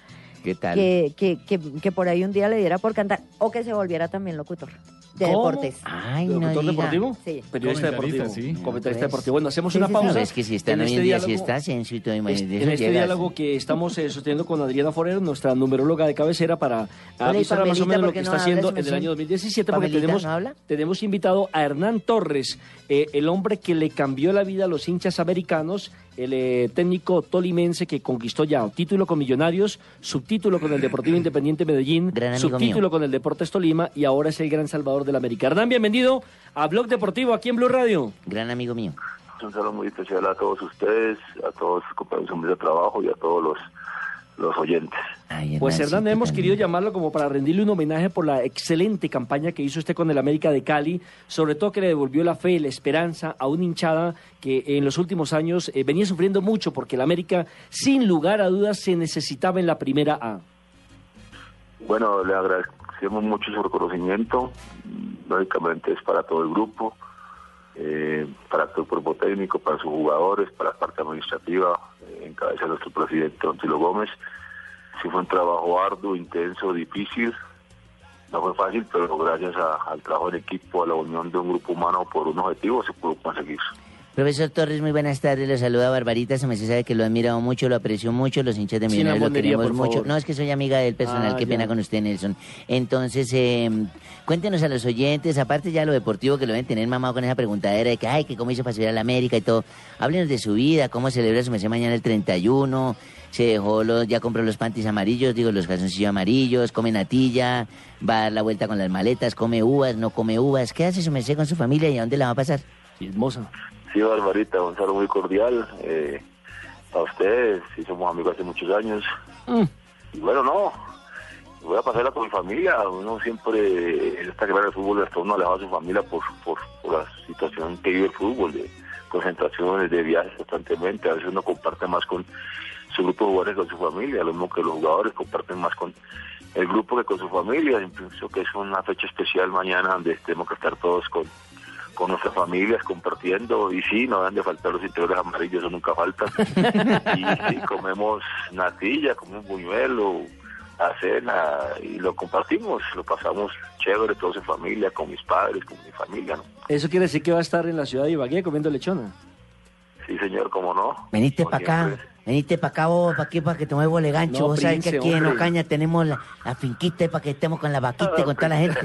S8: ¿Qué tal?
S9: que, que, que, que por ahí un día le diera por cantar o que se volviera también locutor de
S7: ¿Cómo?
S9: deportes.
S8: Ay,
S7: ¿Locutor
S8: diga.
S7: deportivo?
S9: Sí.
S7: Periodista
S8: Comentarista,
S7: deportivo.
S8: sí.
S7: Comentarista
S8: Pues.
S7: deportivo. Bueno, hacemos
S8: Sí,
S7: una
S8: sí, sí.
S7: pausa.
S8: Pero es que si están
S7: En
S8: hoy en
S7: este
S8: día, si
S7: diálogo-
S8: está Asensio y todo, imagínate,
S7: En
S8: eso
S7: este
S8: llegas.
S7: diálogo que estamos eh, sosteniendo con Adriana Forer, nuestra numeróloga de cabecera, para
S8: Hola, y
S7: avisar más
S8: Pamelita,
S7: o menos lo
S8: ¿por
S7: que
S8: qué no
S7: está
S8: hablas,
S7: haciendo en el
S8: Messi?
S7: año 2017, porque
S8: Pamelita,
S7: tenemos,
S8: ¿no habla?
S7: tenemos invitado a Hernán Torres, eh, el hombre que le cambió la vida a los hinchas americanos, el eh, técnico tolimense que conquistó ya título con Millonarios, subtítulo con el Deportivo Independiente Medellín,
S8: amigo
S7: subtítulo
S8: mío.
S7: con el Deportes Tolima y ahora es el gran salvador del América. Hernán, bienvenido a Blog Deportivo aquí en Blue Radio.
S8: Gran amigo mío.
S21: Un saludo muy especial a todos ustedes, a todos sus compañeros hombres de trabajo y a todos los, los oyentes.
S7: Pues Hernán, hemos querido llamarlo como para rendirle un homenaje por la excelente campaña que hizo usted con el América de Cali, sobre todo que le devolvió la fe y la esperanza a una hinchada que en los últimos años eh, venía sufriendo mucho porque el América, sin lugar a dudas, se necesitaba en la primera A.
S21: Bueno, le agradecemos mucho su reconocimiento, lógicamente es para todo el grupo, eh, para todo el cuerpo técnico, para sus jugadores, para la parte administrativa, eh, en cabeza de nuestro presidente Antilo Gómez. Sí fue un trabajo arduo, intenso, difícil. No fue fácil, pero gracias a- al trabajo en equipo, a la unión de un grupo humano por un objetivo, se pudo conseguir.
S8: Profesor Torres, muy buenas tardes. Lo saluda Barbarita. Se me hace sabe que lo ha admirado mucho, lo aprecio mucho. Los hinchas de
S13: Sin
S8: Millonarios lo
S13: albonería,
S8: queremos
S13: por
S8: mucho.
S13: favor.
S8: No, es que soy amiga del personal.
S13: Ah,
S8: Qué
S13: ya.
S8: pena con usted, Nelson. Entonces, eh, cuéntenos a los oyentes, aparte ya lo deportivo que lo deben tener mamado con esa preguntadera de que, ay, que cómo hizo para subir a la América y todo. Háblenos de su vida, cómo celebra su merced mañana el 31. Se dejó los, ya compró los panties amarillos, digo, los calzoncillos amarillos, come natilla, va a dar la vuelta con las maletas, come uvas, no come uvas. ¿Qué hace su merced con su familia y a dónde la va a pasar?
S7: Hermosa.
S21: Sí, Barbarita, un saludo muy cordial eh, a ustedes. Sí, somos amigos hace muchos años. Y bueno, no, voy a pasarla con mi familia. Uno siempre, en esta carrera de fútbol, hasta uno alejado de su familia por, por, por la situación que vive el fútbol, de concentraciones, de viajes constantemente. A veces uno comparte más con su grupo de jugadores que con su familia, lo mismo que los jugadores comparten más con el grupo que con su familia. Y Pienso que es una fecha especial mañana donde tenemos que estar todos con con nuestras familias compartiendo y sí, no dan de faltar los interiores amarillos, eso nunca falta. y sí, comemos natilla, comemos buñuelo, a cena y lo compartimos, lo pasamos chévere todos en familia, con mis padres, con mi familia. ¿no?
S7: Eso quiere decir que va a estar en la ciudad de Ibagué comiendo lechona.
S21: Sí, señor, cómo no.
S8: Veniste
S21: Como
S8: para acá,
S21: siempre.
S8: veniste para acá vos, para aquí, para que tomemos bolegancho.
S21: pues.
S8: gancho
S21: No,
S8: vos sabés que
S21: prince,
S8: aquí en
S21: hombre.
S8: Ocaña tenemos la, la finquita para que estemos con la vaquita y con toda la
S21: (laughs)
S8: gente.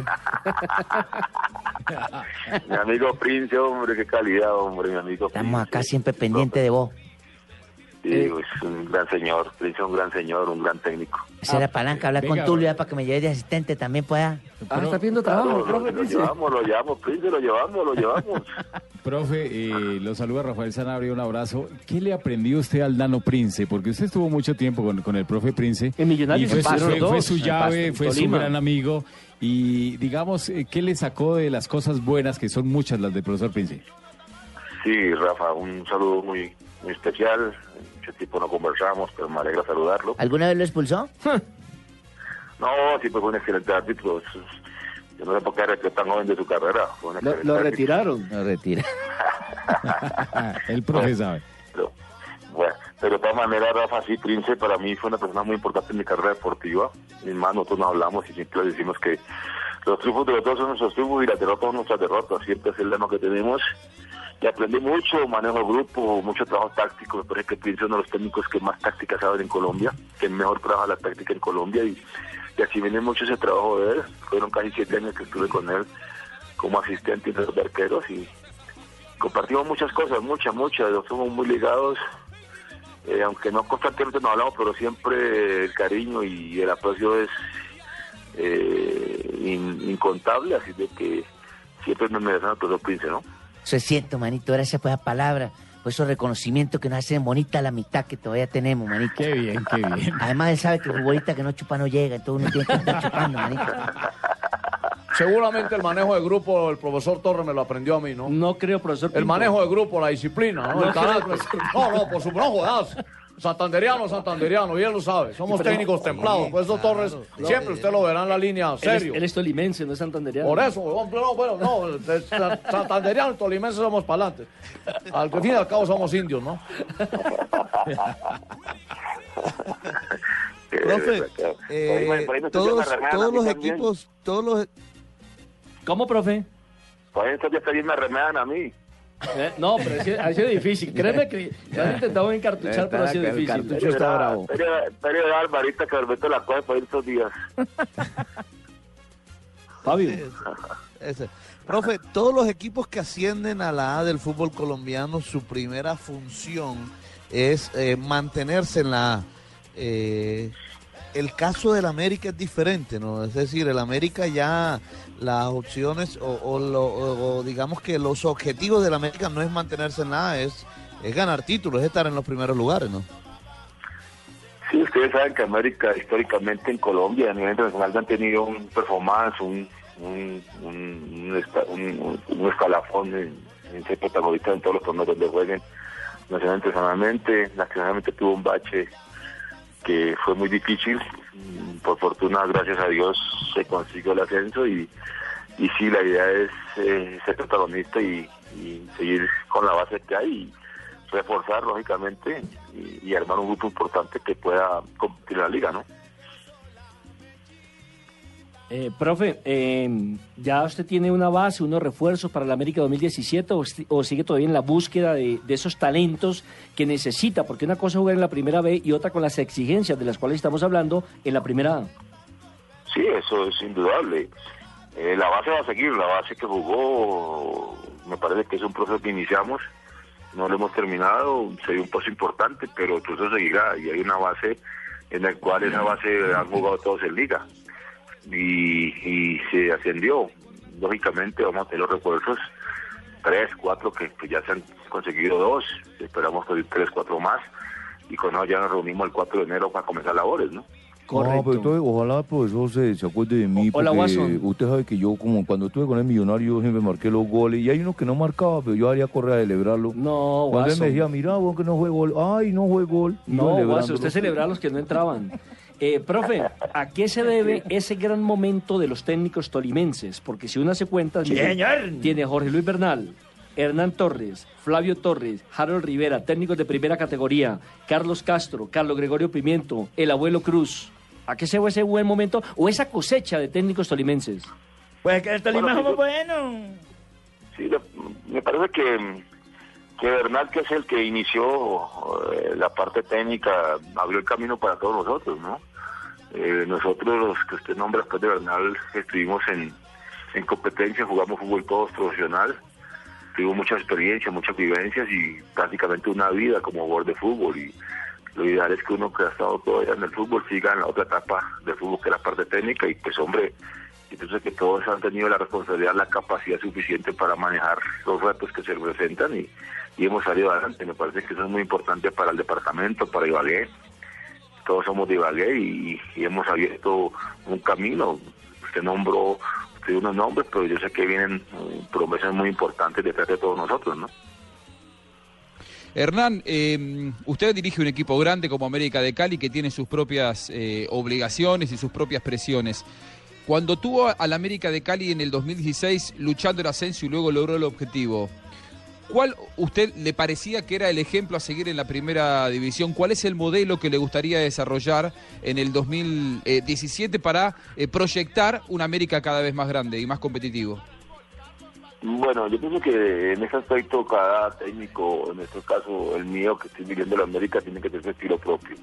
S21: Mi amigo Prince, hombre, qué calidad, hombre, mi amigo
S8: Estamos acá siempre pendiente de vos.
S21: Prince. Sí, es un gran señor, Prince es un gran señor, un gran técnico.
S8: Hacer la palanca, hablar
S21: venga,
S8: con Tulio para que me lleve de asistente también pueda.
S21: Ah, está
S7: pidiendo
S21: Claro, lo, lo llevamos, lo llevamos, Prince, lo llevamos, lo llevamos.
S11: Profe, eh, lo saluda Rafael Sanabria, un abrazo. ¿Qué le aprendió usted al Nano Prince? Porque usted estuvo mucho tiempo con, con el profe Prince.
S7: En
S11: Y
S7: Millonarios
S11: fue, su,
S7: estuvieron
S11: fue-
S7: los
S11: fue
S7: dos,
S11: su
S7: en Pasto,
S11: llave,
S7: en
S11: fue su
S7: Tolima.
S11: gran amigo. Y digamos, eh, ¿qué le sacó de las cosas buenas, que son muchas las del profesor Prince?
S21: Sí, Rafa, un saludo muy, muy especial. Mucho tiempo no conversamos, pero me alegra saludarlo.
S8: ¿Alguna vez lo expulsó?
S21: No, siempre fue un excelente árbitro. Es- es- Yo no sé por qué era tan joven de su carrera. Fue un
S7: Lo,
S21: excelente
S7: lo
S21: árbitro.
S7: retiraron.
S8: Lo retira.
S11: (laughs) El profe sabe.
S21: Bueno, pero de todas maneras, Rafa, sí, Prince para mí fue una persona muy importante en mi carrera deportiva. Mis más, nosotros nos hablamos y siempre les decimos que los triunfos de los dos son nuestros triunfos y las derrotas son nuestras derrotas. Siempre es el lema que tenemos. Y aprendí mucho, manejo de grupo, mucho trabajo táctico. Me parece que Prince es uno de los técnicos que más táctica saben en Colombia, que mejor trabaja la táctica en Colombia. Y, y así viene mucho ese trabajo de él. Fueron casi siete años que estuve con él como asistente de los arqueros y compartimos muchas cosas, muchas, muchas, nos somos muy ligados, eh, aunque no constantemente nos hablamos, pero siempre el cariño y el aprecio es eh, in- incontable, así de que siempre me merecen a todos Prince, ¿no?
S8: Eso es cierto, manito. Gracias por esa palabra, por esos reconocimientos que nos hacen bonita la mitad que todavía tenemos, manito. Qué
S11: bien, qué bien.
S8: Además, él sabe que futbolista que no chupa no llega, entonces uno tiene que estar chupando, manito.
S14: Seguramente el manejo de grupo, el profesor Torres me lo aprendió a mí, ¿no?
S7: No creo, profesor.
S14: El manejo de grupo, la disciplina, ¿no?
S7: No
S14: El
S7: creo,
S14: carácter. No, no, por supuesto, no jodas. Santanderiano, santanderiano, bien lo sabe. Somos
S7: Pero-
S14: técnicos templados. Por eso Torres, siempre usted lo verá en la línea,
S7: Él es,
S14: serio.
S7: él es tolimense, no es santandereano.
S14: Por eso, huevón, pero no, bueno, no, de sa- santanderiano, tolimense somos pa'lantes. Al fin y al cabo somos indios, ¿no?
S22: Ah,
S10: Profe,
S21: Ahí me- por ahí me
S10: eh,
S21: estoy
S10: todos,
S21: llamando a Hernán,
S10: todos
S21: a mí
S10: los
S21: también.
S10: equipos, todos los...
S7: ¿Cómo, profe?
S21: Pues estos días también me remedan a mí.
S7: Eh, no, pero ha sido- ha sido difícil. Créeme que lo han intentado encartuchar, pero ha sido difícil.
S21: Pero de Alvarita que Alberto la coge para ir estos días.
S7: Fabio.
S10: Ese. Profe, todos los equipos que ascienden a la A del fútbol colombiano, su primera función es eh, mantenerse en la A. Eh, el caso del América es diferente, ¿no? Es decir, el América ya las opciones o, o lo- o- o digamos que los objetivos del América no es mantenerse en la A, es, es ganar títulos, es estar en los primeros lugares, ¿no?
S21: Sí, ustedes saben que América históricamente en Colombia, a nivel internacional, han tenido un performance, un, un, un, un esca- un- un- un escalafón en, en ser protagonista en todos los torneos donde jueguen nacional internacionalmente. Nacionalmente tuvo un bache que fue muy difícil. Mm, Por fortuna, gracias a Dios, se consiguió el ascenso y, y sí, la idea es eh, ser protagonista y, y seguir con la base que hay y reforzar lógicamente y, y armar un grupo importante que pueda competir en la liga, ¿no?
S7: Eh, profe, eh, ¿ya usted tiene una base, unos refuerzos para la América 2017 o, si- o sigue todavía en la búsqueda de, de esos talentos que necesita? Porque una cosa es jugar en la primera B y otra con las exigencias de las cuales estamos hablando en la primera A.
S21: Sí, eso es indudable. Eh, la base va a seguir, la base que jugó, me parece que es un proceso que iniciamos, no lo hemos terminado, se dio un paso importante, pero el proceso seguirá y hay una base en la cual esa base han jugado todos en liga y, y se ascendió. Lógicamente vamos a tener los refuerzos, tres, cuatro, que, que ya se han conseguido dos, esperamos conseguir tres, cuatro más y con eso ya nos reunimos el 4 de enero para comenzar labores, ¿no?
S22: No, pero entonces, ojalá el profesor se, se acuerde de mí.
S21: hola,
S22: porque
S21: Watson.
S22: Usted sabe que yo, como cuando estuve con el millonario, yo siempre marqué los goles. Y hay uno que no marcaba, pero yo haría correr a celebrarlo.
S7: No,
S22: Cuando él
S7: Watson.
S22: me decía, mira, vos que no juega gol. Ay, no juega gol. Iba
S7: No, Guaso,
S22: celebrándolo.
S7: usted celebraba los que no entraban. Eh, profe, ¿a qué se debe ese gran momento de los técnicos tolimenses? Porque si uno hace cuentas,
S15: Sí,
S7: mire,
S15: señor.
S7: tiene Jorge Luis Bernal, Hernán Torres, Flavio Torres, Harold Rivera, técnicos de primera categoría, Carlos Castro, Carlos Gregorio Pimiento, el abuelo Cruz. ¿A qué se debe ese buen momento o esa cosecha de técnicos tolimenses?
S21: Pues que
S7: el
S21: Tolima Bueno, es muy
S7: bueno.
S21: Sí, lo- me parece que, que Bernal, que es el que inició eh, la parte técnica, abrió el camino para todos nosotros, ¿no? Eh, nosotros, los que usted nombra después de Bernal, estuvimos en, en competencia, jugamos fútbol todos profesional, tuvimos mucha experiencia, muchas vivencias y prácticamente una vida como jugador de fútbol. Y lo ideal es que uno que ha estado todavía en el fútbol siga en la otra etapa del fútbol, que es la parte técnica, y pues, hombre, entonces que todos han tenido la responsabilidad, la capacidad suficiente para manejar los retos que se presentan y, y hemos salido adelante. Me parece que eso es muy importante para el departamento, para Ibagué. Todos somos de Ibagué y, y hemos abierto un camino. Usted nombró, usted dio unos nombres, pero yo sé que vienen eh, promesas muy importantes detrás de todos nosotros, ¿no?
S6: Hernán, eh, usted dirige un equipo grande como América de Cali que tiene sus propias eh, obligaciones y sus propias presiones. Cuando tuvo a- al América de Cali en el 2016 luchando el ascenso y luego logró el objetivo, ¿cuál usted le parecía que era el ejemplo a seguir en la primera división? ¿Cuál es el modelo que le gustaría desarrollar en el 2017 para eh, proyectar un América cada vez más grande y más competitivo?
S21: Bueno, yo pienso que en ese aspecto cada técnico, en este caso el mío que estoy viviendo en la América, tiene que tener su estilo propio.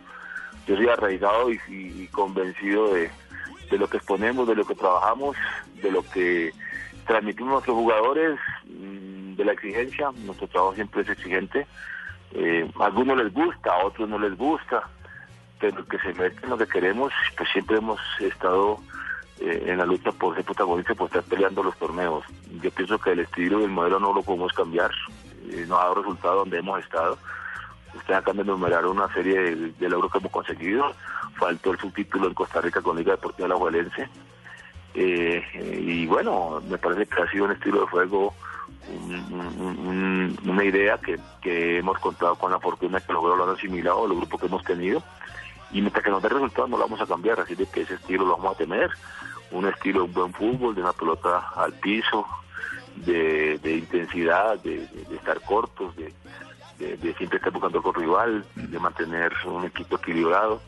S21: Yo soy arraigado y, y- y convencido de, de lo que exponemos, de lo que trabajamos, de lo que transmitimos a nuestros jugadores, mm, de la exigencia. Nuestro trabajo siempre es exigente. Eh, a algunos les gusta, a otros no les gusta, pero el que se mete en lo que queremos, pues siempre hemos estado eh, en la lucha por ser protagonista, por estar peleando los torneos. Yo pienso que el estilo y el modelo no lo podemos cambiar, eh, no ha dado resultado donde hemos estado. Ustedes acaban de enumerar una serie de, de logros que hemos conseguido. Faltó el subtítulo en Costa Rica con Liga Deportiva La Eh, eh, y bueno, me parece que ha sido un estilo de juego, un- un- un- una idea que, que hemos contado con la fortuna que los jugadores lo han asimilado, los grupos que hemos tenido. Y mientras que nos dé resultados no lo vamos a cambiar, así de que ese estilo lo vamos a tener. Un estilo de un buen fútbol, de una pelota al piso, de, de intensidad, de, de- de estar cortos, de, de- de siempre estar buscando con rival, de mantener un equipo equilibrado.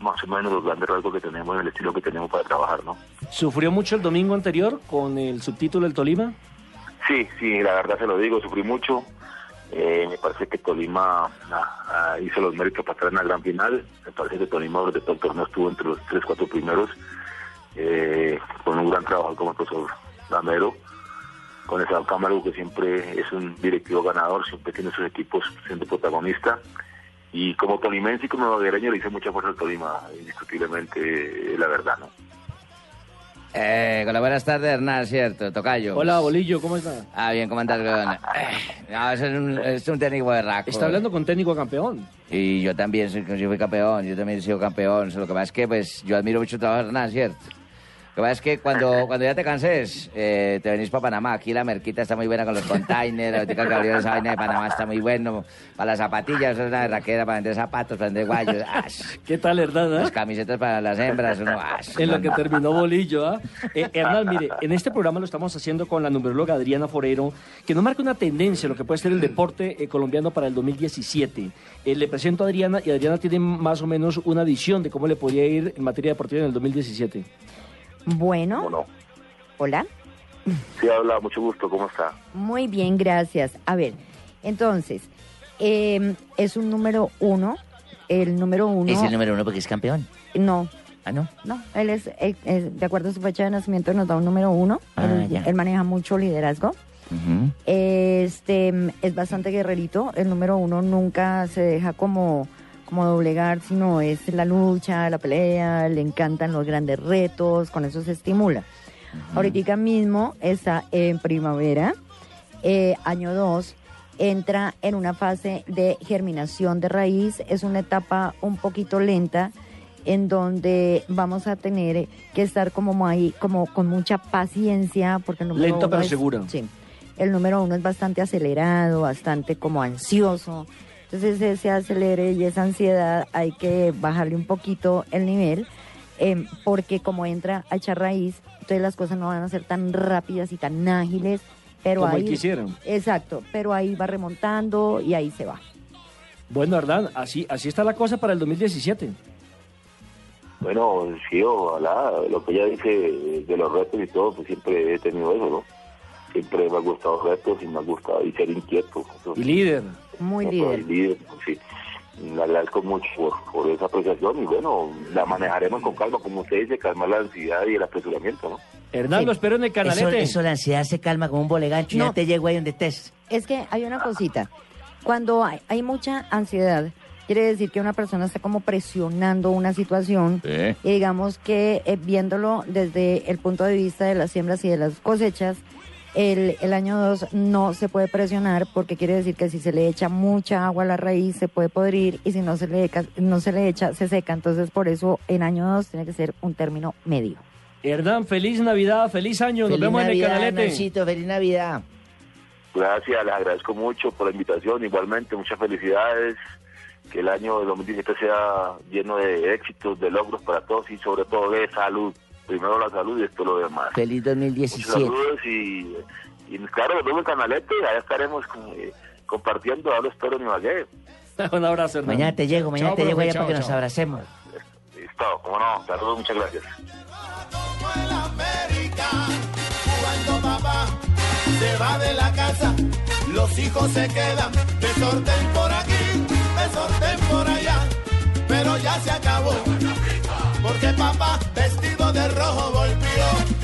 S21: Más o menos los grandes rasgos que tenemos en el estilo que tenemos para trabajar, ¿no?
S7: ¿Sufrió mucho el domingo anterior con el subtítulo del Tolima?
S21: Sí, sí, la verdad se lo digo, sufrí mucho. Eh, me parece que Tolima ah, ah, hizo los méritos para estar en la gran final. Me parece que Tolima durante todo el torneo estuvo entre los tres, cuatro primeros, eh, con un gran trabajo como el profesor Damero, con el Sao Cámara que siempre es un directivo ganador, siempre tiene sus equipos siendo protagonista. Y como tolimense y como noguereño le hice mucha fuerza al Tolima, indiscutiblemente, eh, la verdad, ¿no?
S13: Eh, con las buenas tardes, Hernán, cierto, Tocayo.
S7: Hola, Bolillo, ¿cómo está?
S13: Ah, bien, ¿cómo andas, weón? Eh, No, eso es un, es un técnico de raco.
S7: Está hablando con técnico campeón.
S13: Y yo también soy, yo fui campeón, yo también he sido campeón. Lo que pasa es que, pues, yo admiro mucho el trabajo de Hernán, ¿cierto? Lo que pasa es que cuando, cuando ya te canses, eh, te venís para Panamá. Aquí la merquita está muy buena con los containers. Ahorita que abrieron esa vaina de Panamá está muy bueno. Para las zapatillas, eso es una raquera para vender zapatos, para vender guayos.
S7: (laughs) ¿Qué tal, Hernán? eh?
S13: Las camisetas para las hembras, uno. ¡ash!
S7: En lo que terminó Bolillo, ¿ah? Eh, Hernán, mire, en este programa lo estamos haciendo con la numeróloga Adriana Forero, que nos marca una tendencia en lo que puede ser el deporte eh, colombiano para el 2017. Eh, le presento a Adriana y Adriana tiene más o menos una visión de cómo le podría ir en materia deportiva en el 2017.
S9: Bueno. Hola.
S21: Sí, habla, mucho gusto, ¿cómo está?
S9: Muy bien, gracias. A ver, entonces, eh, es un número uno. El número uno.
S8: Es el número uno porque es campeón.
S9: No,
S8: Ah, no.
S9: no. Él es, eh, eh, de acuerdo a su fecha de nacimiento, nos da un número uno.
S8: Ah,
S9: él,
S8: ya.
S9: él maneja mucho liderazgo.
S8: Ujú.
S9: Este mm, es bastante guerrerito. El número uno nunca se deja como, como doblegar, sino es la lucha, la pelea, le encantan los grandes retos, con eso se estimula. Ahorita mismo está en primavera, eh, año 2, entra en una fase de germinación de raíz, es una etapa un poquito lenta en donde vamos a tener que estar como ahí, como con mucha paciencia, porque el número
S7: Lenta
S9: uno
S7: pero
S9: es-
S7: segura.
S9: Sí. El número uno es bastante acelerado, bastante como ansioso. Entonces ese acelere y esa ansiedad hay que bajarle un poquito el nivel, em, porque como entra a echar raíz, entonces las cosas no van a ser tan rápidas y tan ágiles, pero
S7: Como él
S9: ahí...
S7: quisiera.
S9: Exacto, pero ahí va remontando y ahí se va.
S7: Bueno, Hernán, así, así está la cosa para el 2017.
S21: Bueno, sí, ojalá, lo que ella dice de los retos y todo, pues siempre he tenido eso, ¿no? Siempre me ha gustado retos y me ha gustado y ser inquieto. Eso
S7: Y líder.
S9: Muy
S21: Eso, el líder, pues sí. Le agradezco mucho por, por esa apreciación y bueno, la manejaremos con calma, como usted dice, calmar la ansiedad y el apresuramiento, ¿no?
S7: Hernán,
S8: Sí.
S7: lo espero en el
S8: Eso,
S7: canalete.
S8: eso, la ansiedad se calma con un bolegancho y
S9: No.
S8: ya te llego ahí donde estés.
S9: Es que hay una cosita. Cuando hay, hay mucha ansiedad, quiere decir que una persona está como presionando una situación
S22: Sí.
S9: y digamos que eh, viéndolo desde el punto de vista de las siembras y de las cosechas, el, el año 2 no se puede presionar porque quiere decir que si se le echa mucha agua a la raíz se puede podrir y si no se le, eca- no se le echa se seca. Entonces por eso en año 2 tiene que ser un término medio.
S7: Hernán, feliz Navidad, feliz año.
S8: Feliz
S7: nos vemos
S8: Navidad,
S7: en el canalete.
S8: Nancito, feliz Navidad.
S21: Gracias, les agradezco mucho por la invitación. Igualmente, muchas felicidades. Que el año de 2017 sea lleno de éxitos, de logros para todos y sobre todo de salud. Primero la salud y después lo demás.
S8: Feliz 2017.
S21: Saludos y, y claro, nos vemos en Canalete. Allá estaremos eh, compartiendo. Ahora espero en Ibagué.
S7: (laughs) Un abrazo, Hernán.
S8: Mañana te llego, mañana
S21: Chao,
S8: te llego
S21: profe,
S8: allá
S21: chao,
S8: para que nos
S21: chao.
S8: abracemos.
S21: Listo, como no. Saludos, muchas gracias.
S23: Cuando papá se va de la casa, los hijos se quedan, desorden por aquí, desorden por allá, pero ya se acabó, porque papá vestido de rojo volvió.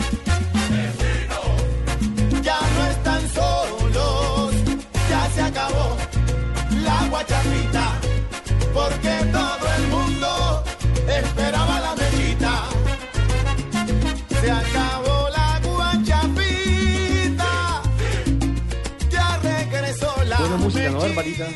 S23: Ya no están solos, ya se acabó la guachapita, porque todo el mundo esperaba la mechita. Se acabó la guachapita. Ya regresó la
S7: Barbarita?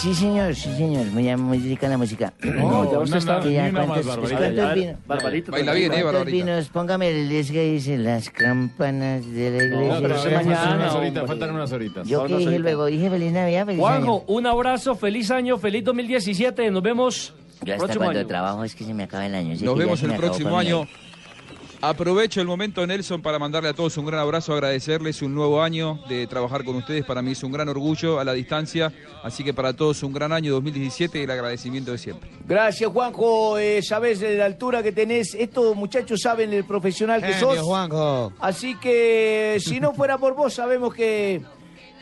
S8: Sí, señor, sí, señor. Muy, muy rica la (clears throat) música.
S7: No, ya usted está-
S8: Que ya
S7: ni una más,
S8: cuántos- pues,
S7: Barbarita.
S8: ¿cuántos
S7: A ver,
S8: vinos?
S7: Barbarita, Baila bien, eh,
S8: ¿Cuántos
S7: Barbarita.
S8: vinos? Póngame el es que dice las campanas de la iglesia.
S11: No, pero
S8: Son-
S11: faltan unas horitas, faltan unas horitas.
S8: Yo qué dije luego, dije feliz Navidad, feliz año.
S7: Juanjo, un abrazo, feliz año, feliz 2017. Nos vemos
S8: Yo hasta
S7: próximo
S8: cuando
S7: año.
S8: trabajo es que se me acaba el año. sí
S6: Nos
S8: que ya
S6: vemos
S8: se me
S6: el
S8: acabó
S6: próximo
S8: para mí.
S6: año. Aprovecho el momento, Nelson, para mandarle a todos un gran abrazo, agradecerles un nuevo año de trabajar con ustedes. Para mí es un gran orgullo a la distancia. Así que para todos un gran año 2017 y el agradecimiento de siempre.
S15: Gracias, Juanjo. Eh, sabes de la altura que tenés. Estos muchachos saben el profesional que
S4: Genio,
S15: sos. Juanjo. Así que si no fuera por vos, sabemos que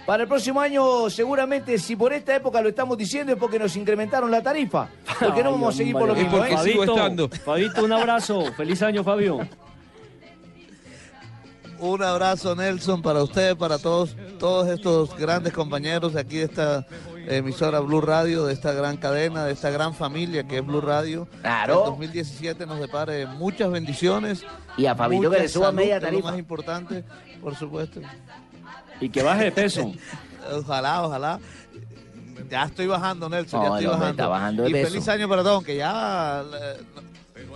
S15: para el próximo año, seguramente, si por esta época lo estamos diciendo, es porque nos incrementaron la tarifa. Porque no
S7: Ay,
S15: vamos a seguir por lo
S7: hombre.
S15: mismo. ¿eh?
S7: Fabito, Fabito, un abrazo. Feliz año, Fabio.
S10: Un abrazo, Nelson, para usted, para todos, todos estos grandes compañeros de aquí de esta emisora Blue Radio, de esta gran cadena, de esta gran familia que es Blue Radio.
S13: Claro.
S10: Que El 2017 nos depare muchas bendiciones.
S13: Y a Fabito
S10: mucha
S13: que le suba
S10: salud,
S13: media
S10: que es
S13: tarifa.
S10: Lo más importante, por supuesto.
S7: Y que baje de peso.
S10: ojalá, ojalá. Ya estoy bajando, Nelson,
S8: No,
S10: ya estoy
S8: el hombre
S10: bajando.
S8: está bajando de
S10: y
S8: peso.
S10: feliz año para todos, aunque ya eh,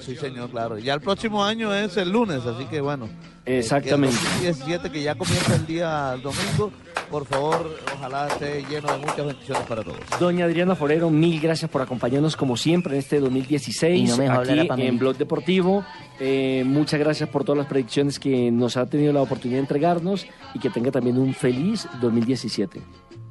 S10: Sí, señor, claro. Ya el próximo año es el lunes, así que bueno.
S7: Exactamente.
S10: El 17 que ya comienza el día domingo. Por favor, ojalá esté lleno de muchas bendiciones para todos.
S7: Doña Adriana Forero, mil gracias por acompañarnos como siempre en este 2016
S10: Y no me dejó hablar a
S7: aquí
S10: Pamela.
S7: en Blog Deportivo. Eh, muchas gracias por todas las predicciones que nos ha tenido la oportunidad de entregarnos y que tenga también un feliz 2017.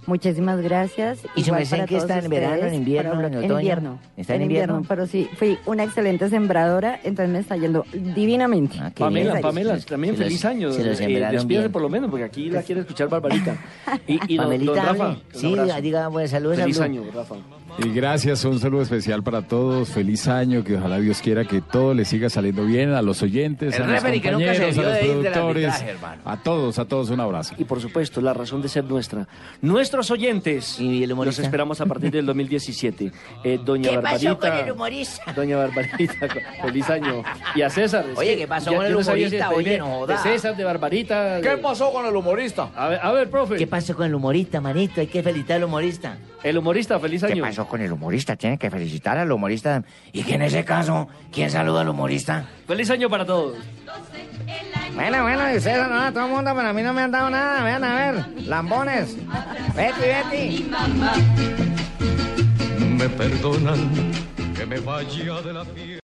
S9: Muchísimas gracias.
S8: ¿Y su
S9: Igual
S8: merced
S9: para
S8: en qué está,
S9: todos
S8: en verano, en
S9: ustedes,
S8: invierno,
S9: para-
S8: en
S9: en
S8: otoño?
S9: invierno.
S8: ¿Está en invierno?
S9: Pero sí, fui una excelente sembradora, entonces me está yendo divinamente.
S8: Ah,
S7: Pamela,
S9: Feliz año.
S7: Pamela, también feliz año.
S8: se los
S7: Eh,
S8: sembraron
S7: despídase
S8: bien. Pues
S7: por lo menos, porque aquí la quiere
S8: (laughs)
S7: escuchar Barbarita. Y, y don- don,
S8: Pamelita,
S7: Rafa,
S8: hable.
S7: un
S8: Sí,
S7: abrazo.
S8: diga buenas saludos. a
S7: Feliz
S8: Blue.
S7: año, Rafa.
S11: Y gracias, un saludo especial para todos. Feliz año, que ojalá Dios quiera que todo le siga saliendo bien a los oyentes,
S7: El
S11: a los
S7: referee que nunca se
S11: compañeros,
S7: debió
S11: a los
S7: de ir del
S11: productores,
S7: arbitraje, hermano.
S11: a todos, a todos un abrazo.
S7: Y por supuesto, la razón de ser nuestra. Nuestros oyentes los esperamos a partir del 2017. Eh, doña
S3: ¿Qué pasó con el
S7: Barbarita.
S3: humorista?
S7: Doña Barbarita, feliz año. Y a César. es
S3: Oye,
S7: que
S3: ¿qué pasó
S7: ya
S3: con
S7: yo
S3: el
S7: no sabía si
S3: humorista?
S7: estoy
S3: Oye,
S7: bien.
S3: no
S7: De
S3: joda.
S7: César, de Barbarita. ¿Qué pasó con el humorista? A ver, a ver, profe.
S8: ¿Qué pasó con el humorista, manito? Hay que felicitar al humorista.
S7: El humorista, feliz
S18: año. ¿Qué pasó con el humorista? Tiene que felicitar al humorista. Y que en ese caso, ¿quién saluda al humorista?
S7: Feliz año para todos.
S13: Bueno, bueno, y ustedes no, todo el mundo, pero a mí no me han dado nada. Vean, a ver, lambones. Betty, Betty.
S5: Me perdonan que me vaya de la piel.